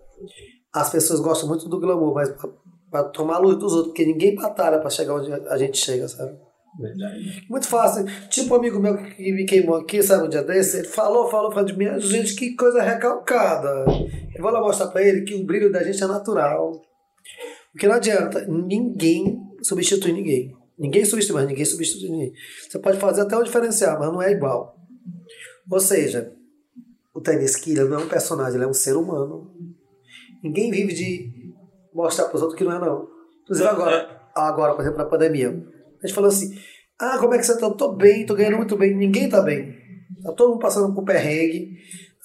[SPEAKER 5] as pessoas gostam muito do glamour, mas pra, pra tomar a luz dos outros, porque ninguém batalha pra chegar onde a gente chega, sabe? Muito fácil. Tipo um amigo meu que me queimou aqui, sabe, um dia desse, ele falou, falou, falou de mim, gente, que coisa recalcada. Eu vou lá mostrar pra ele que o brilho da gente é natural. Porque não adianta, ninguém substitui ninguém. Ninguém substitui, mas ninguém substitui ninguém. Você pode fazer até o diferencial, mas não é igual. Ou seja, o Tênis Killer não é um personagem, ele é um ser humano. Ninguém vive de mostrar para os outros que não é, não. Inclusive agora, agora, por exemplo, na pandemia. A gente falou assim, ah, como é que você tá? Tô bem, tô ganhando muito bem. Ninguém tá bem. Tá todo mundo passando por perrengue.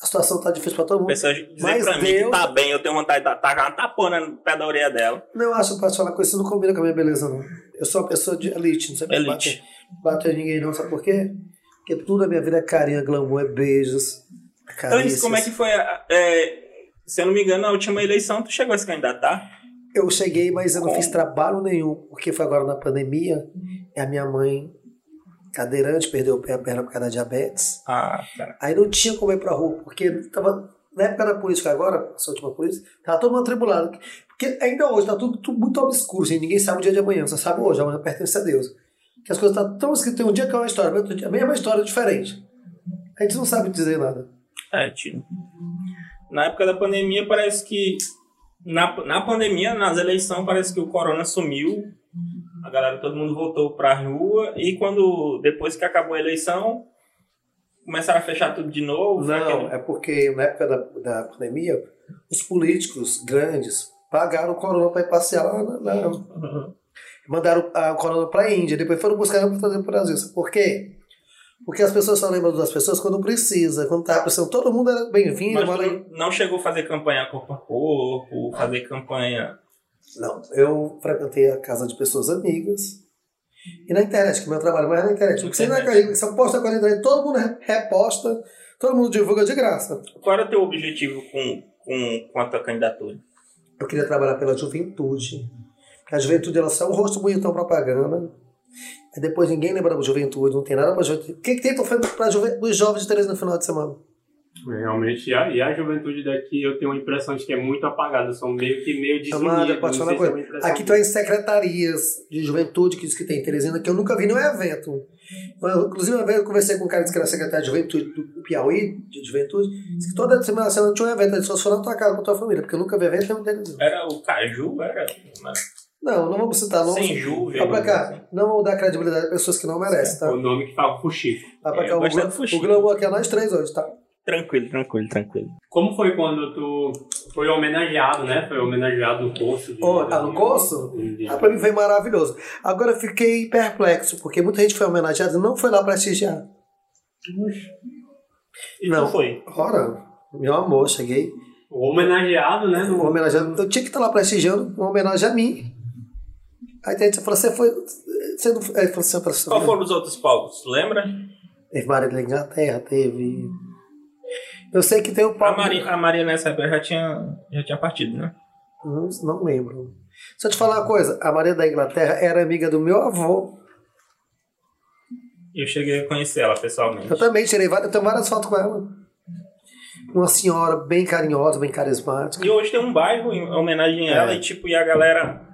[SPEAKER 5] A situação tá difícil para todo mundo.
[SPEAKER 2] Pessoas dizem
[SPEAKER 5] Mas
[SPEAKER 2] pra mim que
[SPEAKER 5] Deus-
[SPEAKER 2] tá bem, eu tenho vontade de dar- tacar uma tapona no pé da orelha dela.
[SPEAKER 5] Não, eu acho que posso falar com isso, não combina com a minha beleza, não. Eu sou uma pessoa de elite, não sei
[SPEAKER 2] Elite.
[SPEAKER 5] bater, bater em ninguém, não, sabe por quê? Porque tudo na minha vida é carinho, é glamour, é beijos, é
[SPEAKER 2] Então,
[SPEAKER 5] carícias.
[SPEAKER 2] isso, como é que foi? a- é, se eu não me engano, na última eleição tu chegou a se candidatar.
[SPEAKER 5] Eu cheguei, mas eu não
[SPEAKER 2] Como?
[SPEAKER 5] fiz trabalho nenhum, porque foi agora na pandemia, e a minha mãe, cadeirante, perdeu o pé, a perna por causa da diabetes.
[SPEAKER 2] Ah, cara.
[SPEAKER 5] Aí não tinha como ir pra rua, porque tava na época da política agora, essa última política, tá todo mundo atribulado. Porque ainda hoje tá tudo, tudo muito obscuro, assim, ninguém sabe o dia de amanhã, só sabe hoje, amanhã pertence a Deus. Que as coisas estão tá tão escritas, tem um dia que é uma história, no outro dia, a mesma história é diferente. A gente não sabe dizer nada.
[SPEAKER 2] É, tio. Na época da pandemia, parece que. Na, na pandemia, nas eleições, parece que o corona sumiu. A galera, todo mundo voltou pra rua. E quando. Depois que acabou a eleição, começaram a fechar tudo de novo. foi
[SPEAKER 5] Não,
[SPEAKER 2] aquele-
[SPEAKER 5] é porque na época da, da pandemia, os políticos grandes pagaram o corona para ir passear lá na. na- Mandaram a corona para a Índia, depois foram buscar para trazer para o Brasil. Sabe por quê? Porque as pessoas só lembram das pessoas quando precisa, quando tá precisando. Todo mundo era bem-vindo.
[SPEAKER 2] Mas
[SPEAKER 5] mora aí.
[SPEAKER 2] tu não chegou a fazer campanha corpo a corpo, fazer campanha.
[SPEAKER 5] Não, eu frequentei a casa de pessoas amigas. E na internet, que meu trabalho mais é na internet. Porque você não
[SPEAKER 2] Internet.
[SPEAKER 5] acredita, você posta coisa na internet, todo mundo re- reposta, todo mundo divulga de graça.
[SPEAKER 2] Qual era o teu objetivo com, com, com a tua candidatura?
[SPEAKER 5] Eu queria trabalhar pela juventude. Porque a juventude ela só é um rosto bonitão propaganda. Aí depois ninguém lembra da juventude, não tem nada pra juventude. O que, que tem pra fazer pra juve... os jovens de Tereza no final de semana?
[SPEAKER 1] Realmente, e a, e a juventude daqui eu tenho a impressão de que é muito apagada, são meio que meio
[SPEAKER 5] Amada,
[SPEAKER 1] desunidos.
[SPEAKER 5] pode
[SPEAKER 1] não sei
[SPEAKER 5] falar uma
[SPEAKER 1] se é uma
[SPEAKER 5] coisa.
[SPEAKER 1] impressão
[SPEAKER 5] Aqui tu é em secretarias de juventude que diz que tem em Teresina, que eu nunca vi nenhum evento. Eu, inclusive, uma vez eu conversei com um cara que disse que era secretário de juventude do Piauí, de juventude, disse que toda semana, semana tinha um evento, ele só foi na tua casa com a tua família, porque eu nunca vi evento nenhum em Teresina.
[SPEAKER 2] Era o Caju? Era. mas
[SPEAKER 5] Não, não vamos citar nomes.
[SPEAKER 2] Sem Ju, assim.
[SPEAKER 5] Vai pra cá, não vamos dar credibilidade a pessoas que não merecem, tá?
[SPEAKER 1] O nome que tá o Fuxico.
[SPEAKER 5] Vai pra
[SPEAKER 2] É,
[SPEAKER 5] cá,
[SPEAKER 2] eu
[SPEAKER 5] o,
[SPEAKER 2] gosto
[SPEAKER 5] gla-
[SPEAKER 2] do Fuxi.
[SPEAKER 5] o glamour aqui é nós três hoje, tá?
[SPEAKER 2] Tranquilo, tranquilo, tranquilo.
[SPEAKER 1] Como foi quando tu foi homenageado, né? Foi homenageado no curso. de-
[SPEAKER 5] Ó, tá no curso?
[SPEAKER 1] De-
[SPEAKER 5] Ah, pra mim foi maravilhoso. Agora eu fiquei perplexo, porque muita gente foi homenageada e não foi lá prestigiar.
[SPEAKER 2] E
[SPEAKER 5] Não.
[SPEAKER 2] tu foi?
[SPEAKER 5] Ora, meu amor, cheguei.
[SPEAKER 1] O homenageado, né?
[SPEAKER 5] Um
[SPEAKER 1] No...
[SPEAKER 5] homenageado, eu tinha que estar lá prestigiando uma homenagem a mim. Aí tem gente que falou, você foi. Você não foi. Aí falou, assim, você não foi-
[SPEAKER 2] Qual foram os outros palcos? Tu lembra?
[SPEAKER 5] Teve é Maria da Inglaterra, teve. Eu sei que tem o
[SPEAKER 2] A
[SPEAKER 5] palco.
[SPEAKER 2] Maria, a Maria nessa época já tinha, já tinha partido, né?
[SPEAKER 5] Não, não lembro. Só te falar uma coisa, a Maria da Inglaterra era amiga do meu avô.
[SPEAKER 2] Eu cheguei a conhecer ela pessoalmente.
[SPEAKER 5] Eu também tirei várias, eu tenho várias fotos com ela. Uma senhora bem carinhosa, bem carismática.
[SPEAKER 2] E hoje tem um bairro em homenagem a ela e tipo, e a galera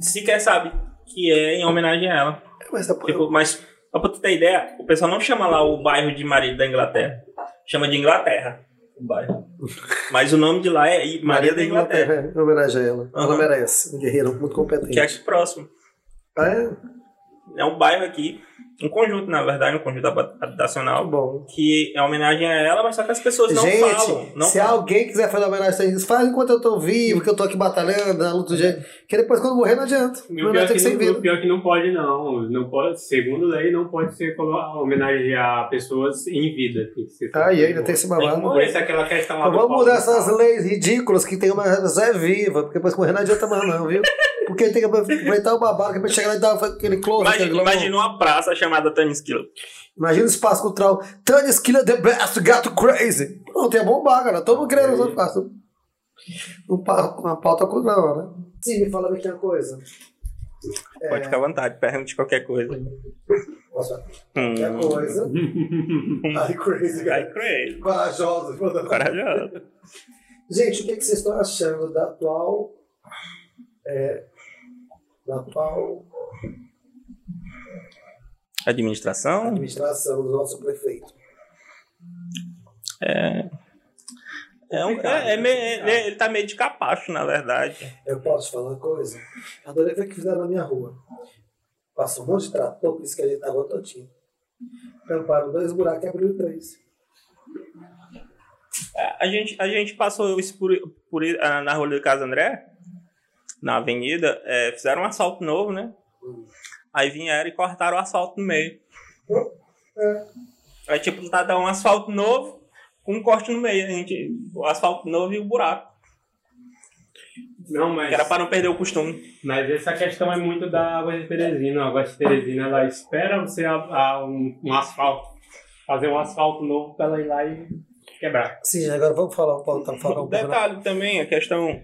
[SPEAKER 2] sequer sabe que é em homenagem a ela.
[SPEAKER 5] Mas é por-
[SPEAKER 2] Tipo, mas só pra tu ter ideia, o pessoal não chama lá o bairro de Maria da Inglaterra. Chama de Inglaterra o bairro. Mas o nome de lá é I- Maria, da Inglaterra,
[SPEAKER 5] É, em homenagem a ela. Ela
[SPEAKER 2] Aham.
[SPEAKER 5] merece. Um guerreiro muito competente.
[SPEAKER 2] que é aqui próximo.
[SPEAKER 5] É,
[SPEAKER 2] É um bairro aqui, um conjunto, na verdade, um conjunto hab-
[SPEAKER 5] tá
[SPEAKER 2] habitacional,
[SPEAKER 5] bom.
[SPEAKER 2] que é homenagem a ela, mas só que as pessoas não
[SPEAKER 5] gente,
[SPEAKER 2] falam. Não
[SPEAKER 5] se alguém quiser fazer homenagem a eles, faz enquanto eu tô vivo, que eu tô aqui batalhando, na luta do jeito. Que depois, quando eu morrer, não adianta.
[SPEAKER 1] E o
[SPEAKER 5] Homenagem
[SPEAKER 1] pior,
[SPEAKER 5] tem que ser em
[SPEAKER 1] que não,
[SPEAKER 5] vida.
[SPEAKER 1] o pior que não pode, não. não pode, segundo lei, não pode ser colo- homenagear pessoas em vida. Tem que ser
[SPEAKER 5] Ah, e ainda tem esse
[SPEAKER 2] Tem que
[SPEAKER 5] babado.
[SPEAKER 1] Por isso é aquela questão lá
[SPEAKER 5] Mas
[SPEAKER 1] do
[SPEAKER 5] vamos
[SPEAKER 1] palco
[SPEAKER 5] mudar
[SPEAKER 1] do
[SPEAKER 5] essas
[SPEAKER 1] carro.
[SPEAKER 5] leis ridículas que tem uma só é viva, porque depois que morrer não adianta mais não, viu? Porque tem que aproveitar o babado, que depois chegar lá e dar aquele close,
[SPEAKER 2] Imagina,
[SPEAKER 5] aquele glamour.
[SPEAKER 2] imagina uma praça chamada Tanis Killer.
[SPEAKER 5] Imagina o espaço cultural. Tânia Killer the best, gato crazy. Pronto, ia bombar, cara. Todo mundo querendo essa fácil. Uma pauta cultural, né? Sim, me fala aqui uma coisa.
[SPEAKER 2] Pode ficar à vontade, pergunte qualquer coisa.
[SPEAKER 3] Nossa,
[SPEAKER 2] Hum.
[SPEAKER 3] que coisa. Ai, crazy, cara.
[SPEAKER 2] Ai, crazy.
[SPEAKER 3] Corajosa.
[SPEAKER 2] Corajoso.
[SPEAKER 3] Gente, o que, que vocês estão achando da atual. É, da atual
[SPEAKER 2] Administração?
[SPEAKER 3] administração do nosso prefeito?
[SPEAKER 2] É um, é, é meio- ele, ele tá meio de capacho, na verdade.
[SPEAKER 3] Eu posso falar uma coisa? Adorei ver o que fizeram na minha rua. Passou um monte de trator, por isso que a gente tava todinho. Tamparam dois buracos e abriram três.
[SPEAKER 2] A gente, a gente passou isso por, por, ah, na rua do Casa André, na avenida, é, fizeram um asfalto novo, né? Aí vieram e cortaram o asfalto no meio. Aí, tipo, tá dando um asfalto novo com um corte no meio. A gente, o asfalto novo e o buraco.
[SPEAKER 1] Não,
[SPEAKER 2] Que
[SPEAKER 1] mas,
[SPEAKER 2] era pra não perder o costume.
[SPEAKER 1] mas essa questão é muito da Água de Teresina. A Água de Teresina, ela espera você a, a um, um asfalto, fazer um asfalto novo pra ela ir lá e quebrar.
[SPEAKER 5] Sim, agora vamos falar um pouco. Falar um pouco né?
[SPEAKER 2] Detalhe também, a questão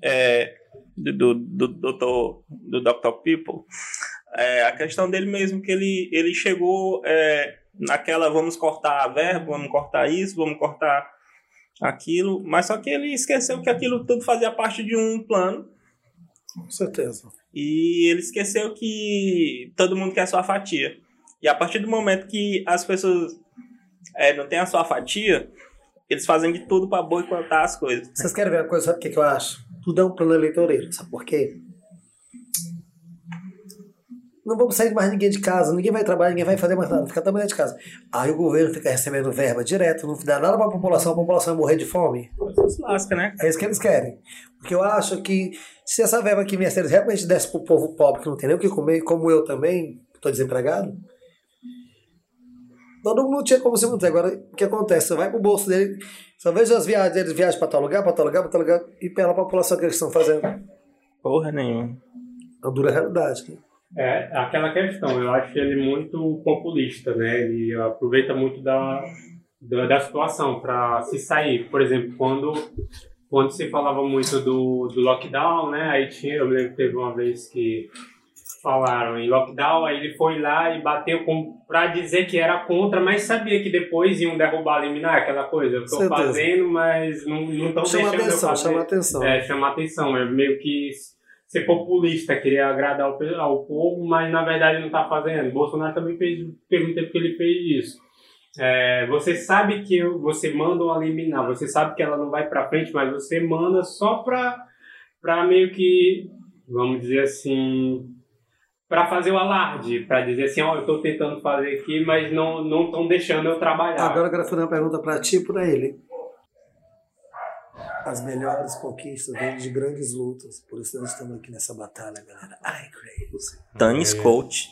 [SPEAKER 2] é, do, do, do, doutor- do Dr. People. É, a questão dele mesmo, que ele, ele chegou é, naquela vamos cortar a verba, vamos cortar isso, vamos cortar aquilo, mas só que ele esqueceu que aquilo tudo fazia parte de um plano
[SPEAKER 5] Com certeza.
[SPEAKER 2] e ele esqueceu que todo mundo quer a sua fatia. E a partir do momento que as pessoas é, não têm a sua fatia, eles fazem de tudo para boicotar as coisas.
[SPEAKER 5] Vocês querem ver uma coisa? Sabe o que, que eu acho? Tudo é um plano eleitoreiro. Sabe por quê? Não vamos sair mais ninguém de casa, ninguém vai trabalhar, ninguém vai fazer mais nada, fica também dentro de casa. Aí o governo fica recebendo verba direto, não dá nada pra população, a população vai morrer de fome.
[SPEAKER 2] Isso se lasca, né?
[SPEAKER 5] É isso que eles querem. Porque eu acho que se essa verba que vinha se eles realmente desse pro povo pobre que não tem nem o que comer, como eu também, que tô desempregado, todo mundo tinha como se manter. Agora, o que acontece? Você vai pro bolso dele, só vejo as viagens, eles viajam pra tal lugar, pra tal lugar, pra tal lugar, e pela população que eles estão fazendo. É
[SPEAKER 2] Porra nenhuma.
[SPEAKER 5] uma dura realidade. né?
[SPEAKER 1] É aquela questão, eu acho ele muito populista, né? Ele aproveita muito da, da, da situação para se sair. Por exemplo, quando, quando se falava muito do, do lockdown, né? Aí tinha, eu me lembro que teve uma vez que falaram em lockdown, aí ele foi lá e bateu para dizer que era contra, mas sabia que depois iam derrubar, eliminar aquela coisa. Eu tô
[SPEAKER 5] Certeza.
[SPEAKER 1] fazendo, mas não estão deixando Então, eu
[SPEAKER 5] Chama atenção,
[SPEAKER 1] fazer.
[SPEAKER 5] chama atenção.
[SPEAKER 1] É, chamar atenção, é meio que ser populista, querer agradar ao, pe- ao povo, mas na verdade não está fazendo. Bolsonaro também fez, teve um tempo que ele fez isso. É, você sabe que eu- você manda uma liminar, você sabe que ela não vai para frente, mas você manda só para para meio que, vamos dizer assim, para fazer o alarde, para dizer assim, ó, eu estou tentando fazer aqui, mas não não estão deixando eu trabalhar.
[SPEAKER 5] Agora eu quero fazer uma pergunta pra ti e pra ele. As melhores conquistas vêm de grandes lutas, por isso nós estamos aqui nessa batalha, galera. Ai, crazy.
[SPEAKER 2] Tanis Coach.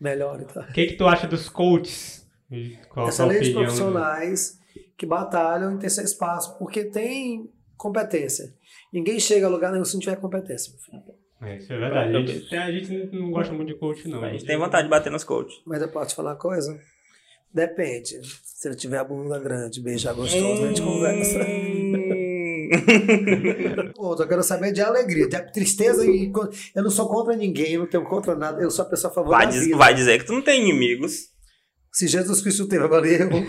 [SPEAKER 5] Melhor, então.
[SPEAKER 4] O que, que tu acha dos coaches? Qual
[SPEAKER 2] é
[SPEAKER 4] a tua
[SPEAKER 5] Excelentes
[SPEAKER 4] opinião?
[SPEAKER 5] profissionais que batalham em ter seu espaço, porque tem competência. Ninguém chega a lugar nenhum se não tiver competência, meu filho.
[SPEAKER 4] É, isso é verdade. A gente, tem- a gente não gosta muito de coach, não.
[SPEAKER 2] A gente tem vontade de bater nos coaches.
[SPEAKER 5] Mas eu posso te falar uma coisa? Depende. Se ele tiver a bunda grande, beijar gostoso, a gente conversa. Outro, eu quero saber de alegria, de tristeza e co- eu não sou contra ninguém, eu não tenho contra nada, eu sou a pessoa a favor
[SPEAKER 2] Vai,
[SPEAKER 5] da
[SPEAKER 2] diz-
[SPEAKER 5] vida.
[SPEAKER 2] vai dizer que tu não tem inimigos.
[SPEAKER 5] Se Jesus Cristo teve, valeu. Amado, eu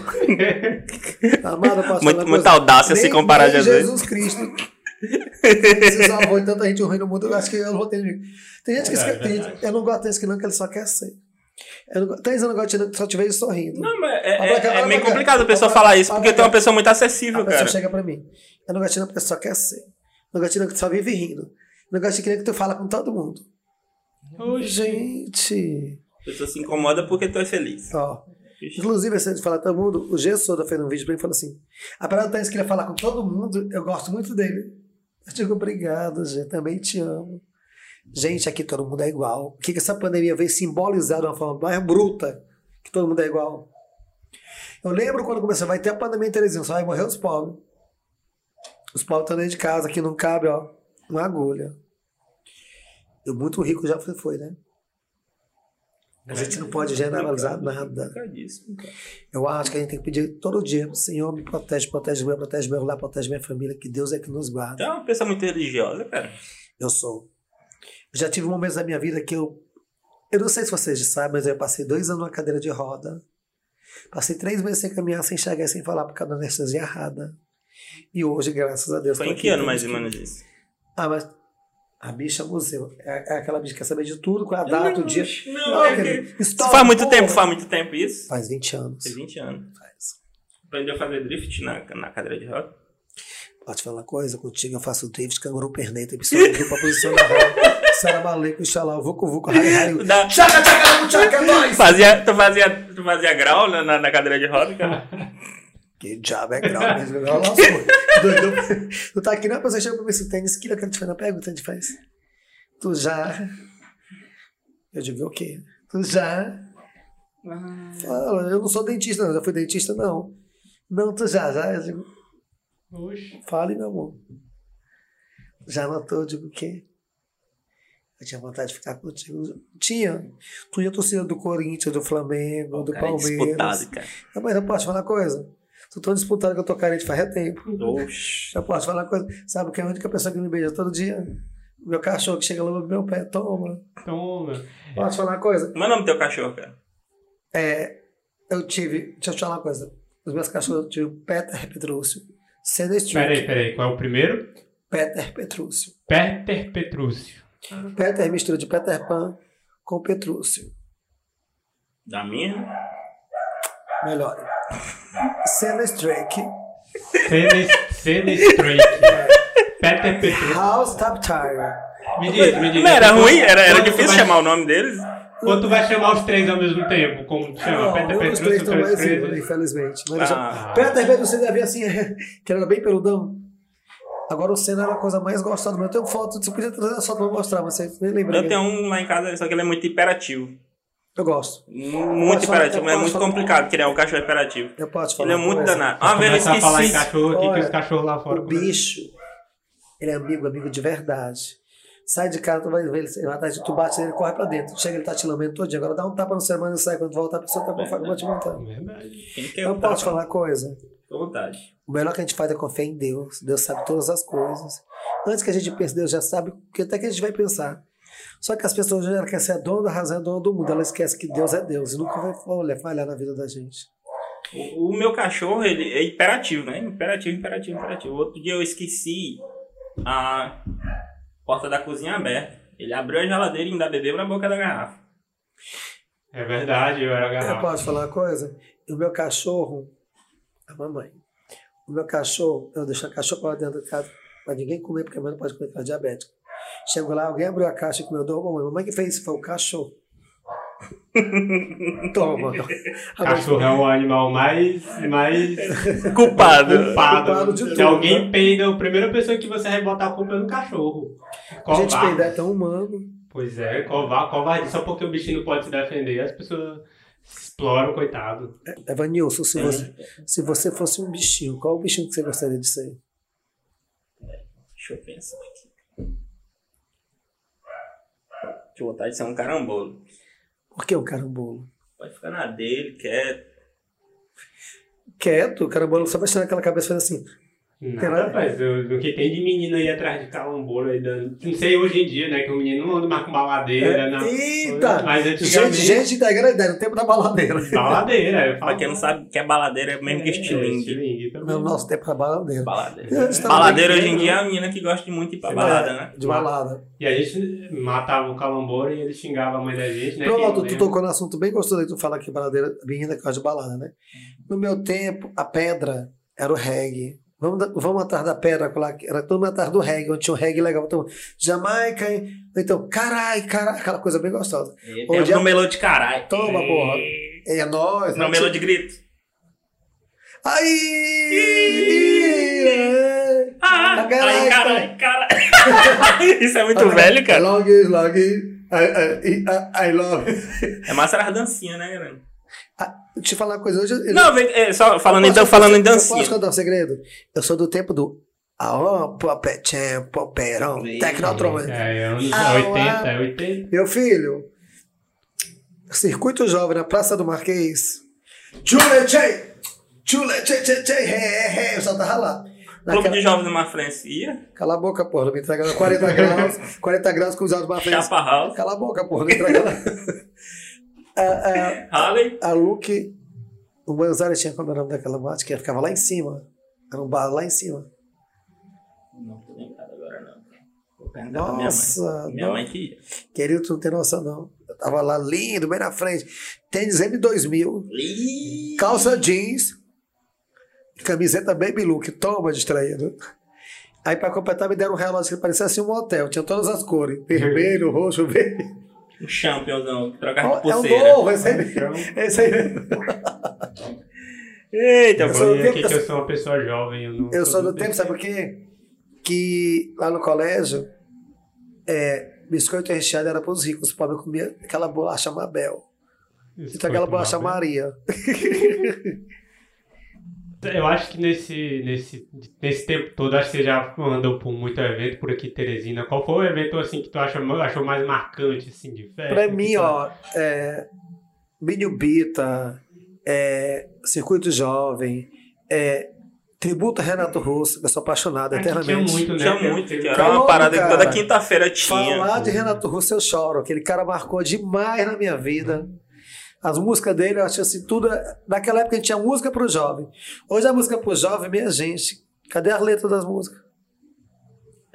[SPEAKER 5] posso te falar
[SPEAKER 2] Muito,
[SPEAKER 5] uma
[SPEAKER 2] muita
[SPEAKER 5] coisa?
[SPEAKER 2] audácia se
[SPEAKER 5] Nem-
[SPEAKER 2] comparar a
[SPEAKER 5] nem
[SPEAKER 2] Jesus.
[SPEAKER 5] Jesus Cristo. Se salvou de tanta gente ruim no mundo, eu acho que eu não vou ter inimigo. Tem gente que esque- tem gente- eu não gosto desse que não, que ele só quer ser. Eu não, go- três anos eu gosto de só te vejo sorrindo.
[SPEAKER 2] Não, mas é,
[SPEAKER 5] Olha pra cá,
[SPEAKER 2] é, é
[SPEAKER 5] olha
[SPEAKER 2] meio
[SPEAKER 5] pra cá.
[SPEAKER 2] complicado a pessoa
[SPEAKER 5] Olha pra-
[SPEAKER 2] falar isso,
[SPEAKER 5] olha
[SPEAKER 2] porque
[SPEAKER 5] pra
[SPEAKER 2] tu é uma
[SPEAKER 5] cá.
[SPEAKER 2] pessoa muito
[SPEAKER 5] A
[SPEAKER 2] acessível,
[SPEAKER 5] pessoa
[SPEAKER 2] cara.
[SPEAKER 5] chega pra mim. Eu não gosto de não, porque só quer ser. Eu não gosto de não, que só vive rindo. Eu não gosto de querer que tu fala com todo mundo. Gente!
[SPEAKER 2] A pessoa se incomoda porque tu é feliz.
[SPEAKER 5] Ó, inclusive, antes de falar com todo mundo, o G. Soda fez um vídeo pra mim e falou assim: apesar do Thaís querer falar com todo mundo, eu gosto muito dele. Eu digo, obrigado, G, também te amo. Gente, aqui todo mundo é igual. O que que essa pandemia veio simbolizar de uma forma mais bruta? Que todo mundo é igual. Eu lembro quando começou, vai ter a pandemia em Teresina, só vai morrer os pobres. Os pobres estão dentro de casa, que não cabe, ó, uma agulha. E o muito rico já foi, foi, né? A gente não pode generalizar nada.
[SPEAKER 2] Complicadíssimo, cara.
[SPEAKER 5] Eu acho que a gente tem que pedir todo dia, Senhor, me protege, protege meu, protege meu lar, protege minha família, que Deus é que nos
[SPEAKER 2] Tu
[SPEAKER 5] guarda.
[SPEAKER 2] é uma pessoa muito religiosa, cara.
[SPEAKER 5] Eu sou. Eu já tive momentos da minha vida que eu. Eu não sei se vocês sabem, mas eu passei dois anos numa cadeira de roda. Passei três meses sem caminhar, sem enxergar, sem falar por causa da anestesia errada. E hoje, graças a Deus,
[SPEAKER 2] Foi
[SPEAKER 5] tô
[SPEAKER 2] em
[SPEAKER 5] aqui,
[SPEAKER 2] que ano
[SPEAKER 5] tô
[SPEAKER 2] mais ou
[SPEAKER 5] aqui.
[SPEAKER 2] menos isso?
[SPEAKER 5] Ah, mas a bicha museu. É, é aquela bicha que quer saber de tudo, qual é a data, o dia.
[SPEAKER 2] Não,
[SPEAKER 5] Não,
[SPEAKER 2] é que...
[SPEAKER 5] querido,
[SPEAKER 2] Isso
[SPEAKER 5] história,
[SPEAKER 2] faz muito
[SPEAKER 5] porra.
[SPEAKER 2] tempo, faz muito tempo isso.
[SPEAKER 5] Faz 20 anos.
[SPEAKER 2] Tem 20 anos.
[SPEAKER 5] Faz.
[SPEAKER 2] Aprendeu a fazer drift na, na cadeira de roda.
[SPEAKER 5] Posso te falar uma coisa? Contigo eu faço drift, canguru perneta, episódio aqui pra posição da roda. Sara Maleco, Xalá, Vucu Vucu, Rai Rai.
[SPEAKER 2] Da-
[SPEAKER 5] Tchaca, tchaca,
[SPEAKER 2] é
[SPEAKER 5] tchaca, nós!
[SPEAKER 2] Fazia, tu, fazia, tu fazia grau na, na- na cadeira de roda, cara.
[SPEAKER 5] Que diabo é grau mesmo? Grau lá, sou. Doido. Tu tá aqui, não é pra você chegar pra mim se tem esquina, eu quero te fazer uma pergunta, a gente faz. Tu já... Eu digo, o quê? Tu já... Fala, eu não sou dentista, não. Já fui dentista, não. Não, tu já, já. Eu digo,
[SPEAKER 4] Oxe.
[SPEAKER 5] Fale, meu amor. Já notou? Eu digo o quê? Eu tinha vontade de ficar contigo. Tinha. Tu ia torcida do Corinthians, do Flamengo, do
[SPEAKER 2] Cara, é
[SPEAKER 5] Palmeiras.
[SPEAKER 2] disputado, cara.
[SPEAKER 5] Não, Mas eu posso te falar uma coisa? Tu tão disputado que eu tô carente faz tempo.
[SPEAKER 2] Oxe.
[SPEAKER 5] Eu posso te falar uma coisa? Sabe que é a única pessoa que me beija todo dia? Meu cachorro que chega lá no meu pé, toma.
[SPEAKER 4] Toma.
[SPEAKER 5] Posso te falar uma coisa?
[SPEAKER 2] Como é o nome do teu cachorro, cara?
[SPEAKER 5] É, eu tive. Deixa eu te falar uma coisa. Os meus cachorros tinham Peter Petrúcio, Senna
[SPEAKER 1] Peraí,
[SPEAKER 5] Street,
[SPEAKER 1] peraí, qual é o primeiro?
[SPEAKER 5] Peter Petrúcio.
[SPEAKER 1] Peter Petrúcio.
[SPEAKER 5] Peter mistura de Peter Pan com Petrúcio.
[SPEAKER 2] Da minha?
[SPEAKER 5] Melhor. Senna Drake,
[SPEAKER 1] Senna Strake. Peter Petrúcio.
[SPEAKER 5] House Top Tire.
[SPEAKER 1] Me diz, me diz.
[SPEAKER 2] Não era
[SPEAKER 1] Quando-
[SPEAKER 2] ruim? Era, era
[SPEAKER 1] quando tu
[SPEAKER 2] difícil
[SPEAKER 1] vai-
[SPEAKER 2] chamar o nome deles?
[SPEAKER 1] Quando tu vai chamar os três ao mesmo tempo, como tu chama?
[SPEAKER 5] Não,
[SPEAKER 1] Peter
[SPEAKER 5] um dos três
[SPEAKER 1] Petrúcio,
[SPEAKER 5] não é
[SPEAKER 1] três
[SPEAKER 5] assim,
[SPEAKER 1] três.
[SPEAKER 5] infelizmente. Mas
[SPEAKER 2] Ah.
[SPEAKER 5] já- Peter Petrúcio ainda havia assim, que ele era bem peludão. Agora o Senna era a coisa mais gostosa. do mundo. Eu tenho foto, você podia trazer a foto pra eu mostrar, mas você nem lembra.
[SPEAKER 2] Eu tenho um lá em casa, só que ele é muito hiperativo.
[SPEAKER 5] Eu gosto.
[SPEAKER 2] Muito
[SPEAKER 5] Posso falar-
[SPEAKER 2] hiperativo, mas é
[SPEAKER 5] posso
[SPEAKER 2] muito
[SPEAKER 5] falar-
[SPEAKER 2] complicado criar um cachorro hiperativo.
[SPEAKER 5] Eu posso falar.
[SPEAKER 2] Ele é muito
[SPEAKER 5] Começa.
[SPEAKER 2] danado. Uma vez eu
[SPEAKER 1] Começa a falar em
[SPEAKER 2] esqueci.
[SPEAKER 1] cachorro aqui, que os
[SPEAKER 5] Olha,
[SPEAKER 1] cachorros lá fora.
[SPEAKER 5] O bicho, ele é amigo, amigo de verdade. Sai de casa, tu vai ver ele, ele vai atrás de tu, bate nele, corre pra dentro. Chega, ele tá te lambendo todo dia. Agora dá um tapa no ser humano e sai. Quando voltar, a pessoa
[SPEAKER 2] É.
[SPEAKER 5] tá com a faca, vai te montar.
[SPEAKER 1] Verdade.
[SPEAKER 2] Quem quer
[SPEAKER 5] Eu
[SPEAKER 2] botar,
[SPEAKER 5] posso falar uma coisa?
[SPEAKER 2] Fica à vontade.
[SPEAKER 5] O melhor que a gente faz é confiar em Deus. Deus sabe todas as coisas. Antes que a gente pense, Deus já sabe o que até que a gente vai pensar. Só que as pessoas hoje elas querem ser a dona da razão, a dona do mundo. Ela esquece que Deus é Deus e nunca vai olha, falhar na vida da gente.
[SPEAKER 2] O, o meu cachorro, ele é imperativo, né? Imperativo, imperativo, imperativo. Outro dia eu esqueci a porta da cozinha aberta. Ele abriu a geladeira e ainda bebeu na boca da garrafa.
[SPEAKER 1] É verdade, eu era
[SPEAKER 5] Eu
[SPEAKER 1] garrafa.
[SPEAKER 5] posso falar uma coisa? O meu cachorro, a mamãe, o meu cachorro, eu deixo a cachorro lá dentro de casa pra ninguém comer, porque a mãe não pode comer porque ela é diabética. Chego lá, alguém abriu a caixa e comeu, dou a mamãe. Mamãe que fez isso foi o cachorro. Toma. A mãe
[SPEAKER 1] Cachorro é o animal mais, mais
[SPEAKER 2] Culpado.
[SPEAKER 1] culpado.
[SPEAKER 5] É de
[SPEAKER 1] Se
[SPEAKER 5] tudo, né?
[SPEAKER 1] alguém peida, a primeira pessoa que você vai botar a culpa é no cachorro.
[SPEAKER 5] A gente
[SPEAKER 1] Covarde.
[SPEAKER 5] peidar é tão humano.
[SPEAKER 1] Pois é, covarde, covarde. Só porque o bichinho não pode se defender, as pessoas exploram, coitado.
[SPEAKER 5] Evanilson,
[SPEAKER 1] É.
[SPEAKER 5] se você, se você fosse um bichinho, qual o bichinho que você gostaria de ser?
[SPEAKER 2] Deixa eu pensar aqui. Deixa eu vontade de ser um carambolo.
[SPEAKER 5] Por que um carambolo?
[SPEAKER 2] Pode ficar na dele, quer.
[SPEAKER 5] Quieto, o carambolo só mexendo aquela cabeça fazendo assim.
[SPEAKER 1] Nada, rapaz. O o que tem de menino aí atrás de calambola aí dando. Não sei hoje em dia, né? Que o menino não anda mais com
[SPEAKER 5] É.
[SPEAKER 1] baladeira. na-
[SPEAKER 5] Eita!
[SPEAKER 1] né? Mas
[SPEAKER 5] Gente,
[SPEAKER 1] antigamente.
[SPEAKER 5] gente da grande no tempo da baladeira.
[SPEAKER 1] Baladeira. Eu falo,
[SPEAKER 2] Pra quem não sabe que é baladeira, é mesmo que estilingue.
[SPEAKER 1] estilingue também.
[SPEAKER 5] No nosso tempo era baladeira.
[SPEAKER 2] Baladeira.
[SPEAKER 5] é, Eu estava
[SPEAKER 2] Baladeira
[SPEAKER 1] aqui,
[SPEAKER 2] hoje em
[SPEAKER 1] né?
[SPEAKER 2] dia é a menina que gosta de muito ir pra balada, né?
[SPEAKER 5] De balada.
[SPEAKER 1] E a gente matava o calamboura e ele xingava a mãe da gente, né?
[SPEAKER 5] Pronto,
[SPEAKER 1] quem
[SPEAKER 5] tu
[SPEAKER 1] não lembra.
[SPEAKER 5] tocou num assunto bem gostoso aí, tu fala que baladeira, menina que gosta de balada, né?
[SPEAKER 2] Uhum.
[SPEAKER 5] No meu tempo, a pedra era o reggae. Vamos, da- vamos atrás da pedra, lá, que era todo mundo atrás do reggae, onde tinha um reggae legal. Então, Jamaica, hein? então, carai, carai, aquela coisa bem gostosa.
[SPEAKER 2] Tem
[SPEAKER 5] Hoje
[SPEAKER 2] um
[SPEAKER 5] é-
[SPEAKER 2] melô de caralho.
[SPEAKER 5] Toma, porra. É nóis.
[SPEAKER 2] Não,
[SPEAKER 5] né?
[SPEAKER 2] melô de grito.
[SPEAKER 5] Tá Aí! Tá
[SPEAKER 2] Ah, caralho,
[SPEAKER 5] Caralho,
[SPEAKER 2] caralho, caralho. Isso é muito
[SPEAKER 5] Agora,
[SPEAKER 2] velho, cara.
[SPEAKER 5] Long is long is, I, I, I, I love.
[SPEAKER 2] É massa era as dancinhas, né, galera?
[SPEAKER 5] Deixa eu falar uma coisa hoje. eu-
[SPEAKER 2] Não, vem- é, só falando, então,
[SPEAKER 5] Posso-
[SPEAKER 2] falando em
[SPEAKER 5] Eu
[SPEAKER 2] dancinha.
[SPEAKER 5] posso contar um segredo? Eu sou do tempo do Aô, Popetchan, Poperão,
[SPEAKER 2] Sim.
[SPEAKER 5] Tecnotron.
[SPEAKER 1] É, anos
[SPEAKER 5] Ah,
[SPEAKER 1] 80, é 80.
[SPEAKER 5] Meu filho, Circuito Jovem na Praça do Marquês. Chule Tchê! Chule Tchê Tchê Tchê! He, he, he. Eu só tava lá.
[SPEAKER 2] Clube
[SPEAKER 5] Naquela-
[SPEAKER 2] de Jovens numa França. Ia,
[SPEAKER 5] Cala a boca, porra, não me entrega não. 40 graus, 40 graus com os olhos marquês.
[SPEAKER 2] Chapa House,
[SPEAKER 5] Cala a boca, porra, não entrega não.
[SPEAKER 2] Harley.
[SPEAKER 5] a Luke, o Buenos Aires tinha como é o nome daquela boate, que ficava lá em cima. Era um bar lá em cima.
[SPEAKER 2] Não tô lembrado agora, não. Vou perguntar pra minha mãe.
[SPEAKER 5] Nossa,
[SPEAKER 2] Minha mãe que ia.
[SPEAKER 5] Querido, tu não tem noção, não. Eu tava lá lindo, bem na frente. Tênis M2000,
[SPEAKER 2] Ih,
[SPEAKER 5] calça jeans, camiseta baby look. Toma, distraído. Aí, pra completar, me deram um relógio que parecia assim um hotel. Tinha todas as cores. Vermelho, roxo, verde.
[SPEAKER 2] O champion Um que trocava de
[SPEAKER 5] É um
[SPEAKER 2] pulseira.
[SPEAKER 5] novo, esse aí. Esse aí.
[SPEAKER 2] Eita,
[SPEAKER 5] Eu
[SPEAKER 1] Eu
[SPEAKER 5] sou do
[SPEAKER 1] falei aqui
[SPEAKER 5] tempo-
[SPEAKER 1] que é eu sou uma pessoa jovem. Eu, não
[SPEAKER 5] Eu sou do tempo, sabe por quê? Que lá no colégio, é, biscoito recheado era pros ricos. Os pobres comiam aquela bolacha Mabel. Então aquela bolacha Maria.
[SPEAKER 1] Eu acho que nesse, nesse, nesse tempo todo, acho que você já andou por muito evento por aqui, Teresina. Qual foi o evento assim que tu acha, achou mais marcante, assim, de festa?
[SPEAKER 5] Pra
[SPEAKER 1] Que
[SPEAKER 5] mim,
[SPEAKER 1] tu-
[SPEAKER 5] ó, é, Minubita, é, Circuito Jovem, é, Tributo a Renato Russo, que eu sou apaixonado
[SPEAKER 1] Aqui tinha
[SPEAKER 5] eternamente.
[SPEAKER 1] muito, né?
[SPEAKER 2] Tinha muito, que era
[SPEAKER 5] Calma,
[SPEAKER 2] uma parada que toda
[SPEAKER 5] um cara.
[SPEAKER 2] quinta-feira tinha.
[SPEAKER 5] Falar de Renato Russo eu choro. Aquele cara marcou demais na minha vida. As músicas dele, eu acho assim, tudo. é- Naquela época a gente tinha música pro jovem. Hoje a música pro jovem, minha gente. Cadê as letras das músicas?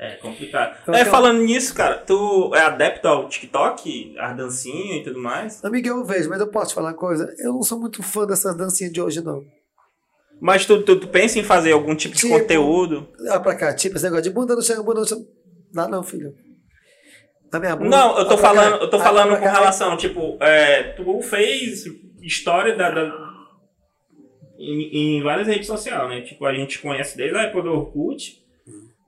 [SPEAKER 2] É complicado.
[SPEAKER 5] Então,
[SPEAKER 2] É,
[SPEAKER 5] aquela-
[SPEAKER 2] falando nisso, cara, tu é adepto ao TikTok, as dancinhas e tudo mais?
[SPEAKER 5] Amigo, eu vejo, mas eu posso te falar uma coisa? Eu não sou muito fã dessas dancinhas de hoje, não.
[SPEAKER 2] Mas tu, tu, tu pensa em fazer algum tipo de
[SPEAKER 5] Tipo-
[SPEAKER 2] conteúdo?
[SPEAKER 5] Olha pra cá, tipo esse negócio de bunda não chega, bunda não chega. Não, não, filho. Na minha Ah, bunda.
[SPEAKER 2] Não, eu tô
[SPEAKER 5] Olha pra cá,
[SPEAKER 2] falando, eu tô
[SPEAKER 5] olha
[SPEAKER 2] falando
[SPEAKER 5] pra
[SPEAKER 2] com
[SPEAKER 5] cá.
[SPEAKER 2] relação, tipo, é, tu fez história da, da- em, em várias redes sociais, né? Tipo, a gente conhece desde a época do Orkut,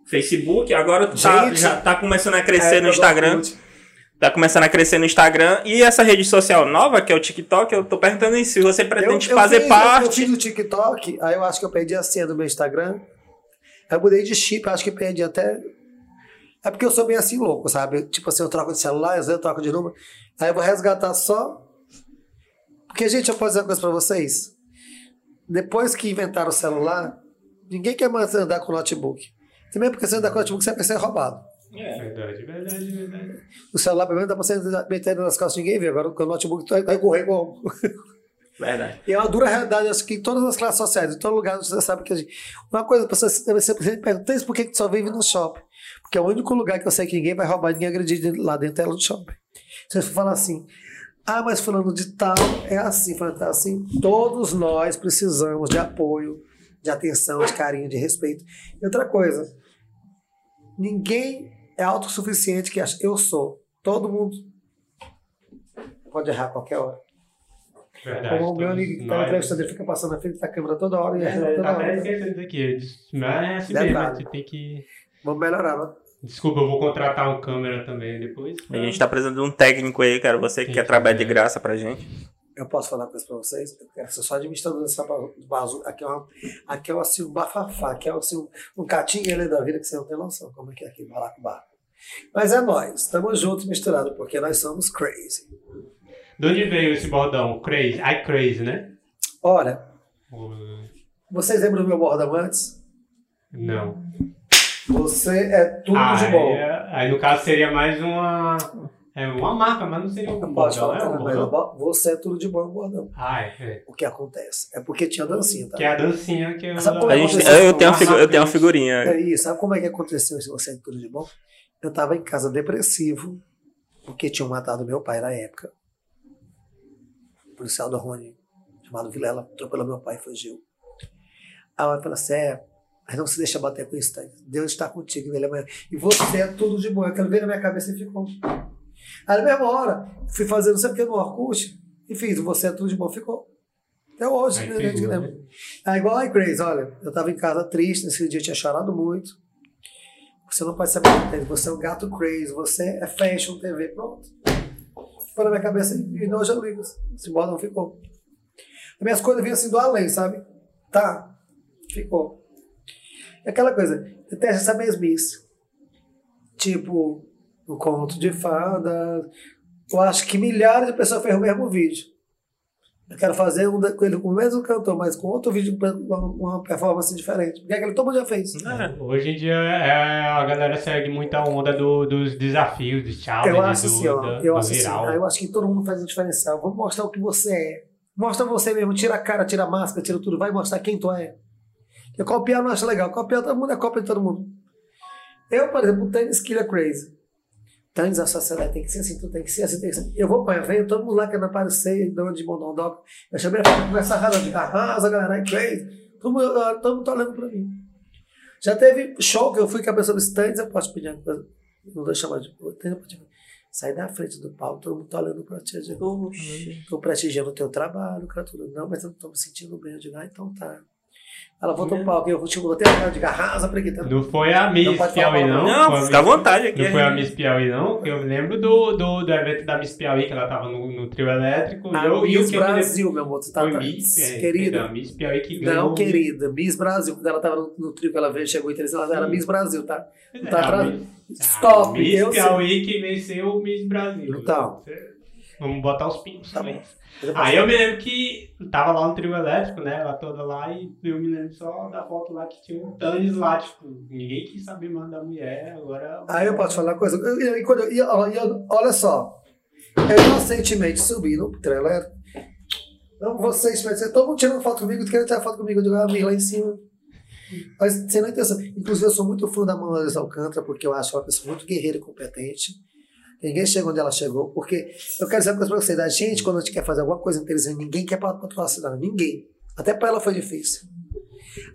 [SPEAKER 2] Facebook, agora tu tá,
[SPEAKER 5] Gente.
[SPEAKER 2] já tá começando a
[SPEAKER 5] É,
[SPEAKER 2] crescer
[SPEAKER 5] eu
[SPEAKER 2] no
[SPEAKER 5] gosto
[SPEAKER 2] Instagram.
[SPEAKER 5] muito.
[SPEAKER 2] Tá começando a crescer no Instagram. E essa rede social nova, que é o TikTok, eu tô perguntando aí se você pretende
[SPEAKER 5] Eu- eu
[SPEAKER 2] fazer
[SPEAKER 5] fiz- Eu
[SPEAKER 2] parte.
[SPEAKER 5] fiz o TikTok, aí eu acho que eu perdi a senha do meu Instagram. Aí eu mudei de chip, acho que perdi até. É porque eu sou bem assim louco, sabe? Tipo assim, eu troco de celular, às vezes eu troco de número. Aí eu vou resgatar só. Porque, gente, eu posso dizer uma coisa pra vocês. Depois que inventaram o celular, ninguém quer mais andar com notebook. Também porque você andar com notebook, você vai ser roubado.
[SPEAKER 4] Verdade, verdade, verdade.
[SPEAKER 5] O celular, pelo menos, dá pra você meter nas calças e ninguém vê. Agora, com o notebook, tu vai- vai correr com
[SPEAKER 2] Verdade.
[SPEAKER 5] e é uma dura realidade, acho que em todas as classes sociais, em todo lugar, você sabe que a gente. Uma coisa, você sempre sempre pergunta "Então, isso, por que que tu só vive no shopping? Porque é o único lugar que eu sei que ninguém vai roubar, ninguém agredir dentro- lá dentro dela do shopping. Você fala assim, ah, mas falando de tal, é assim, falando de tal, assim, todos nós precisamos de apoio, de atenção, de carinho, de respeito. E outra coisa, ninguém é autossuficiente que acha, eu sou. Todo mundo pode errar a qualquer hora.
[SPEAKER 4] verdade
[SPEAKER 5] Como o meu
[SPEAKER 4] todos
[SPEAKER 5] amigo que tá
[SPEAKER 4] nós- É, tá
[SPEAKER 5] entrevistando, ele fica passando na frente da câmera toda hora e errando toda
[SPEAKER 4] Até
[SPEAKER 5] hora.
[SPEAKER 4] esquecendo aqui. Mas é assim mesmo,
[SPEAKER 5] Detalhe.
[SPEAKER 4] você tem que.
[SPEAKER 5] Vamos melhorar, né?
[SPEAKER 4] Desculpa, eu vou contratar um câmera também depois.
[SPEAKER 2] A gente tá precisando de um técnico aí, cara. Você que
[SPEAKER 4] Sim,
[SPEAKER 2] quer trabalhar de
[SPEAKER 4] é.
[SPEAKER 2] graça pra gente.
[SPEAKER 5] Eu posso falar uma coisa pra vocês? Eu quero ser só administrador dessa ba- bazu. Aqui é, uma, aqui é uma, assim, um bafafá, aqui é assim, um, um catinho ali da vida que você não tem noção como é que é aqui, baracubá. Mas é nós, estamos juntos, misturados, porque nós somos crazy.
[SPEAKER 4] De onde veio esse bordão? Crazy. I crazy, né?
[SPEAKER 5] Ora,
[SPEAKER 4] O-
[SPEAKER 5] vocês lembram do meu bordão antes?
[SPEAKER 4] Não.
[SPEAKER 5] Você é tudo
[SPEAKER 4] Ah,
[SPEAKER 5] de bom.
[SPEAKER 4] Aí, é, aí, no caso seria mais uma. É uma marca, mas não seria
[SPEAKER 5] Eu
[SPEAKER 4] um
[SPEAKER 5] posso
[SPEAKER 4] bordão.
[SPEAKER 5] falar
[SPEAKER 4] É um
[SPEAKER 5] também,
[SPEAKER 4] bordão.
[SPEAKER 5] você é tudo de bom, bordão.
[SPEAKER 4] Ah, é.
[SPEAKER 5] O que acontece? É porque tinha dancinha, tá?
[SPEAKER 4] Que é a dancinha que eu.
[SPEAKER 5] Essa
[SPEAKER 2] A
[SPEAKER 5] porra- é.
[SPEAKER 2] gente,
[SPEAKER 5] Vamos ver
[SPEAKER 2] eu,
[SPEAKER 5] se
[SPEAKER 2] tenho uma
[SPEAKER 4] vamos
[SPEAKER 2] figu- eu tenho uma
[SPEAKER 4] rápido.
[SPEAKER 2] figurinha.
[SPEAKER 5] Peraí, sabe como é que aconteceu esse você é tudo de bom? Eu tava em casa depressivo, porque tinham matado meu pai na época. O policial do Rony, chamado Vilela, atropelou meu pai e fugiu. Aí eu falei assim, é, mas não se deixa bater com isso, tá? Deus está contigo, ele amanhã. E você é tudo de bom. Aquilo veio na minha cabeça e ficou. Aí na mesma hora, fui fazer não sei o que no Orkut, e fiz, você é tudo de bom, ficou. Até hoje,
[SPEAKER 4] Aí
[SPEAKER 5] né?
[SPEAKER 4] pegou,
[SPEAKER 5] gente,
[SPEAKER 4] né?
[SPEAKER 5] lembra? É igual a Crazy, olha, eu tava em casa triste, nesse dia eu tinha chorado muito. Você não pode ser mais você é um gato crazy, você é fashion TV, pronto. Foi na minha cabeça e não já ligo. Esse bordão ficou. As minhas coisas vinham assim do além, sabe? Tá, ficou. É Aquela coisa, detesta essa mesmice. Tipo, um conto de fada. Eu acho que milhares de pessoas fez o mesmo vídeo. Eu quero fazer um da- com ele com o mesmo cantor, mas com outro vídeo, com uma, uma performance diferente. Porque aquele todo mundo já fez.
[SPEAKER 2] É.
[SPEAKER 4] Hoje em dia é, a galera segue muito a onda do- dos desafios, dos challenges,
[SPEAKER 5] Eu acho
[SPEAKER 4] do,
[SPEAKER 5] assim, ó.
[SPEAKER 4] da-
[SPEAKER 5] Eu
[SPEAKER 4] Então,
[SPEAKER 5] acho
[SPEAKER 4] do
[SPEAKER 5] assim,
[SPEAKER 4] viral.
[SPEAKER 5] ó, eu acho que todo mundo faz um diferencial. Vamos mostrar o que você é. Mostra você mesmo, tira a cara, tira a máscara, tira tudo, vai mostrar quem tu é. Porque copiar eu não acho legal. Copiar todo mundo é cópia de todo mundo. Eu, por exemplo, tênis Killer Crazy. Tênis, a sociedade tem que ser assim, tu tem que ser assim, tem que ser assim. Eu vou pra evento, todo mundo lá quer me aparecer, dando de monodó. Eu chamei pra conversar razão de arrasa, galera, é crazy. Todo mundo, todo mundo tá olhando pra mim. Já teve show que eu fui com a pessoa do Tênis, eu posso pedir uma coisa. Não vou chamar de. Tênis, eu posso te- Sai da frente do palco, todo mundo tá olhando pra ti. eu digo, Tô prestigiando o teu trabalho, cara, tudo. Não, mas eu não tô me sentindo bem. Eu digo, ah, então tá. Ela voltou pro palco, eu vou te botei a cara de arrasa, preguiçando.
[SPEAKER 4] Não foi a
[SPEAKER 5] Não
[SPEAKER 4] Miss
[SPEAKER 5] pode
[SPEAKER 4] Piauí,
[SPEAKER 5] falar,
[SPEAKER 4] não?
[SPEAKER 2] Não,
[SPEAKER 4] Foi a
[SPEAKER 2] fica à
[SPEAKER 4] Miss-
[SPEAKER 2] vontade aqui.
[SPEAKER 4] Não foi a Miss Piauí, não? Eu me lembro do, do, do evento da Miss Piauí, que ela tava no, no trio elétrico.
[SPEAKER 5] Ah,
[SPEAKER 4] eu, e o
[SPEAKER 5] Miss
[SPEAKER 4] que eu me lembro-
[SPEAKER 5] Brasil, meu amor, tu tá
[SPEAKER 4] Foi
[SPEAKER 5] atrás.
[SPEAKER 4] Miss, é,
[SPEAKER 5] Querida.
[SPEAKER 4] perdão, Miss Piauí que ganhou.
[SPEAKER 5] Não, querida, Miss Brasil, quando ela tava no, no trio que ela veio, chegou em Teresina, ela era
[SPEAKER 4] Sim.
[SPEAKER 5] Miss Brasil, tá?
[SPEAKER 4] É,
[SPEAKER 5] tá
[SPEAKER 4] a
[SPEAKER 5] atrás.
[SPEAKER 4] Miss-
[SPEAKER 5] Stop,
[SPEAKER 4] a Miss
[SPEAKER 5] eu sei.
[SPEAKER 4] Piauí que venceu o Miss Brasil.
[SPEAKER 5] Então.
[SPEAKER 4] Vamos botar os pinos
[SPEAKER 5] Tá
[SPEAKER 4] também.
[SPEAKER 5] bom. Eu
[SPEAKER 4] Aí eu me lembro que tava lá no trio elétrico, né? Ela toda lá e eu me lembro só da foto lá que tinha um Tânis lá, tipo, ninguém quis saber mais da mulher, agora.
[SPEAKER 5] Aí eu posso falar uma coisa. Eu- eu- e quando eu- e eu- e eu- olha só. Eu recentemente subi no trailer Não, vocês, mas todo mundo tirando foto comigo, tu quer tirar foto comigo, eu digo, ah, Mir, lá em cima. Mas sem não intenção. Inclusive, eu sou muito fã da Mona Lisa Alcântara, porque eu acho ela uma pessoa muito guerreira e competente. Ninguém chega onde ela chegou, porque eu quero dizer uma coisa pra vocês: a gente, quando a gente quer fazer alguma coisa interessante, ninguém quer patrocinar a cidade, ninguém. Até pra ela foi difícil.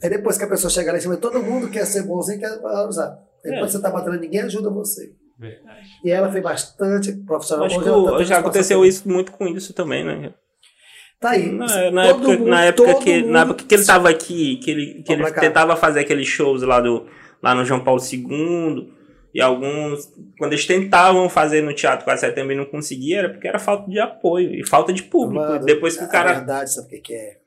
[SPEAKER 5] Aí depois que a pessoa chega lá em cima, todo mundo quer ser bonzinho, quer valorizar. Aí
[SPEAKER 2] É.
[SPEAKER 5] quando você tá batalhando, ninguém ajuda você.
[SPEAKER 1] Verdade.
[SPEAKER 5] E ela foi bastante profissional.
[SPEAKER 2] Acho
[SPEAKER 5] Hoje
[SPEAKER 2] que
[SPEAKER 5] ela tá
[SPEAKER 2] o-
[SPEAKER 5] tendo
[SPEAKER 2] já
[SPEAKER 5] espaço
[SPEAKER 2] aconteceu
[SPEAKER 5] até-
[SPEAKER 2] isso muito com isso também, né?
[SPEAKER 5] Tá aí.
[SPEAKER 2] Na, na
[SPEAKER 5] Todo
[SPEAKER 2] época,
[SPEAKER 5] mundo-
[SPEAKER 2] na, época
[SPEAKER 5] todo
[SPEAKER 2] que, na
[SPEAKER 5] mundo-
[SPEAKER 2] época que ele tava aqui, que ele, que ele
[SPEAKER 5] Complicado.
[SPEAKER 2] tentava fazer aqueles shows lá, do, lá no João Paulo II, e alguns, quando eles tentavam fazer no Teatro 4 de Setembro e não conseguia, era porque era falta de apoio e falta de público.
[SPEAKER 5] Amado,
[SPEAKER 2] Depois que o
[SPEAKER 5] A
[SPEAKER 2] cara.
[SPEAKER 5] verdade, sabe o que que é?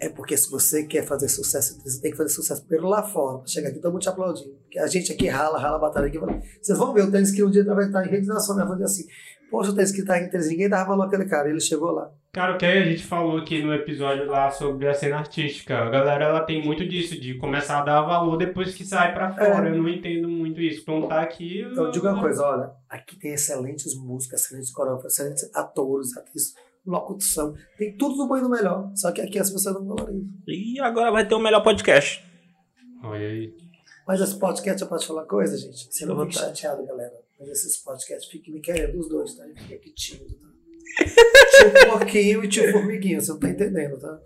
[SPEAKER 5] É porque se você quer fazer sucesso, você tem que fazer sucesso primeiro lá fora. Chega aqui, todo mundo te aplaudindo. Porque a gente aqui rala, rala, batalha aqui. Vocês vão ver, o tênis que um dia vai estar em rede nacional, vai dizer assim, poxa, o tênis que tá em tênis, ninguém dava valor àquele cara, ele chegou lá.
[SPEAKER 1] Cara, o que a gente falou aqui no episódio lá sobre a cena artística, a galera ela tem muito disso, de começar a dar valor depois que sai pra
[SPEAKER 5] É.
[SPEAKER 1] fora. Eu não entendo muito isso. Então tá aqui.
[SPEAKER 5] Então, diga uma coisa, olha, aqui tem excelentes músicas, excelentes coreógrafos, excelentes atores, atrizes, locução, tem tudo do bom e do melhor. Só que aqui as pessoas não valorizam.
[SPEAKER 2] E agora vai ter o melhor podcast.
[SPEAKER 1] Olha aí.
[SPEAKER 5] Mas esse podcast, eu posso falar uma coisa, gente? Você não
[SPEAKER 2] Fica à
[SPEAKER 5] fique
[SPEAKER 2] vontade.
[SPEAKER 5] chateado, galera. Mas esses podcasts, fiquem me querendo os dois, tá? Fiquem aqui tímido, tá? Tio Porquinho e tio Formiguinho, você não tá entendendo, tá?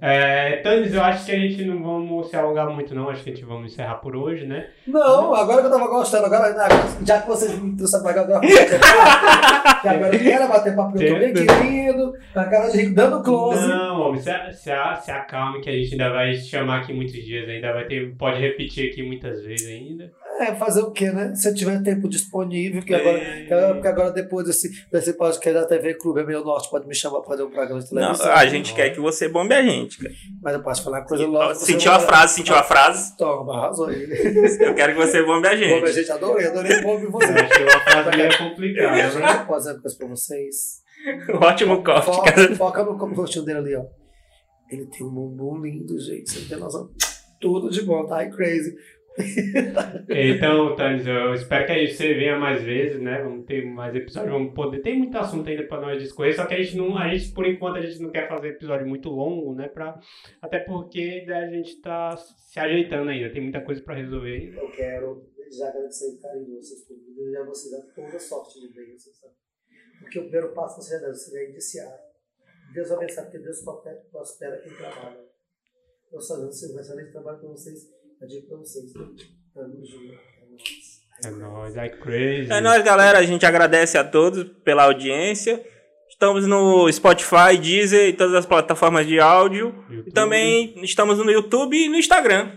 [SPEAKER 1] É, Tânis, eu acho que a gente não vamos se alongar muito, não. Acho que a gente vamos encerrar por hoje, né?
[SPEAKER 5] Não, agora que eu tava gostando, agora, agora- já que vocês me trouxeram pra cá, eu dei uma que agora eu quero bater papo, eu tô bem querido, com a cara de rico, dando close.
[SPEAKER 1] Não, homem, se, a- se, a- se acalme que a gente ainda vai chamar aqui muitos dias, ainda vai ter. Pode repetir aqui muitas vezes ainda.
[SPEAKER 5] É, fazer o quê, né? Se eu tiver tempo disponível, que agora,
[SPEAKER 1] É.
[SPEAKER 5] que agora- porque agora depois desse, desse podcast da TV Clube, é meio norte, pode me chamar pra fazer um programa de
[SPEAKER 2] Não,
[SPEAKER 5] televisão.
[SPEAKER 2] a gente quer que você bombe a gente. cara.
[SPEAKER 5] Mas eu posso falar uma coisa logo. você é.
[SPEAKER 2] sentiu
[SPEAKER 5] vai-
[SPEAKER 2] a frase, sentiu a frase?
[SPEAKER 5] Toma, arrasou aí.
[SPEAKER 2] Eu quero que você bombe a
[SPEAKER 5] Bom, mas,
[SPEAKER 2] gente.
[SPEAKER 5] gente, adorei, adorei o em
[SPEAKER 1] Eu
[SPEAKER 5] você.
[SPEAKER 1] acho que é né? uma frase meio
[SPEAKER 5] Eu
[SPEAKER 1] complicada.
[SPEAKER 5] já posso dizer uma coisa pra vocês.
[SPEAKER 2] Ótimo corte, cara.
[SPEAKER 5] Foca, foca no como rostinho dele ali, ó. Ele tem um bumbum lindo, gente. Você não tem noção. Tudo de bom, tá? E crazy.
[SPEAKER 1] Então, Tânis, eu espero que aí você venha mais vezes, né? Vamos ter mais episódios, vamos poder. Tem muito assunto ainda pra nós discorrer, só que a gente não, a gente, por enquanto, a gente não quer fazer episódio muito longo, né? Pra, até porque né, a gente tá se ajeitando ainda, tem muita coisa pra resolver ainda.
[SPEAKER 5] Eu quero já agradecer o carinho de vocês por mim, desejar a vocês a toda sorte de bem, vocês sabem. Porque o primeiro passo que vocês já deram, vocês já iniciaram. Deus abençoe, porque Deus prospera- prospera quem trabalha. Eu só não sei, mas além de trabalho com vocês, eu digo pra vocês. né? Tamo junto. é nóis.
[SPEAKER 1] É nóis, é crazy.
[SPEAKER 2] É nóis, galera. A gente agradece a todos pela audiência. Estamos no Spotify, Deezer e todas as plataformas de áudio.
[SPEAKER 1] YouTube.
[SPEAKER 2] E também estamos no YouTube e no Instagram.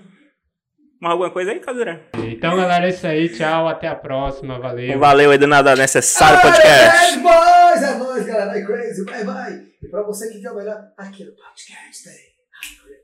[SPEAKER 2] Mais alguma coisa aí, Caseira?
[SPEAKER 1] Então, galera, é isso aí. Tchau, até a próxima. Valeu.
[SPEAKER 2] Valeu aí do Nada Necessário
[SPEAKER 5] É
[SPEAKER 2] Podcast.
[SPEAKER 5] nóis, é nóis, galera. É crazy, vai, vai. E pra você que quer o melhor, aqui no podcast tem.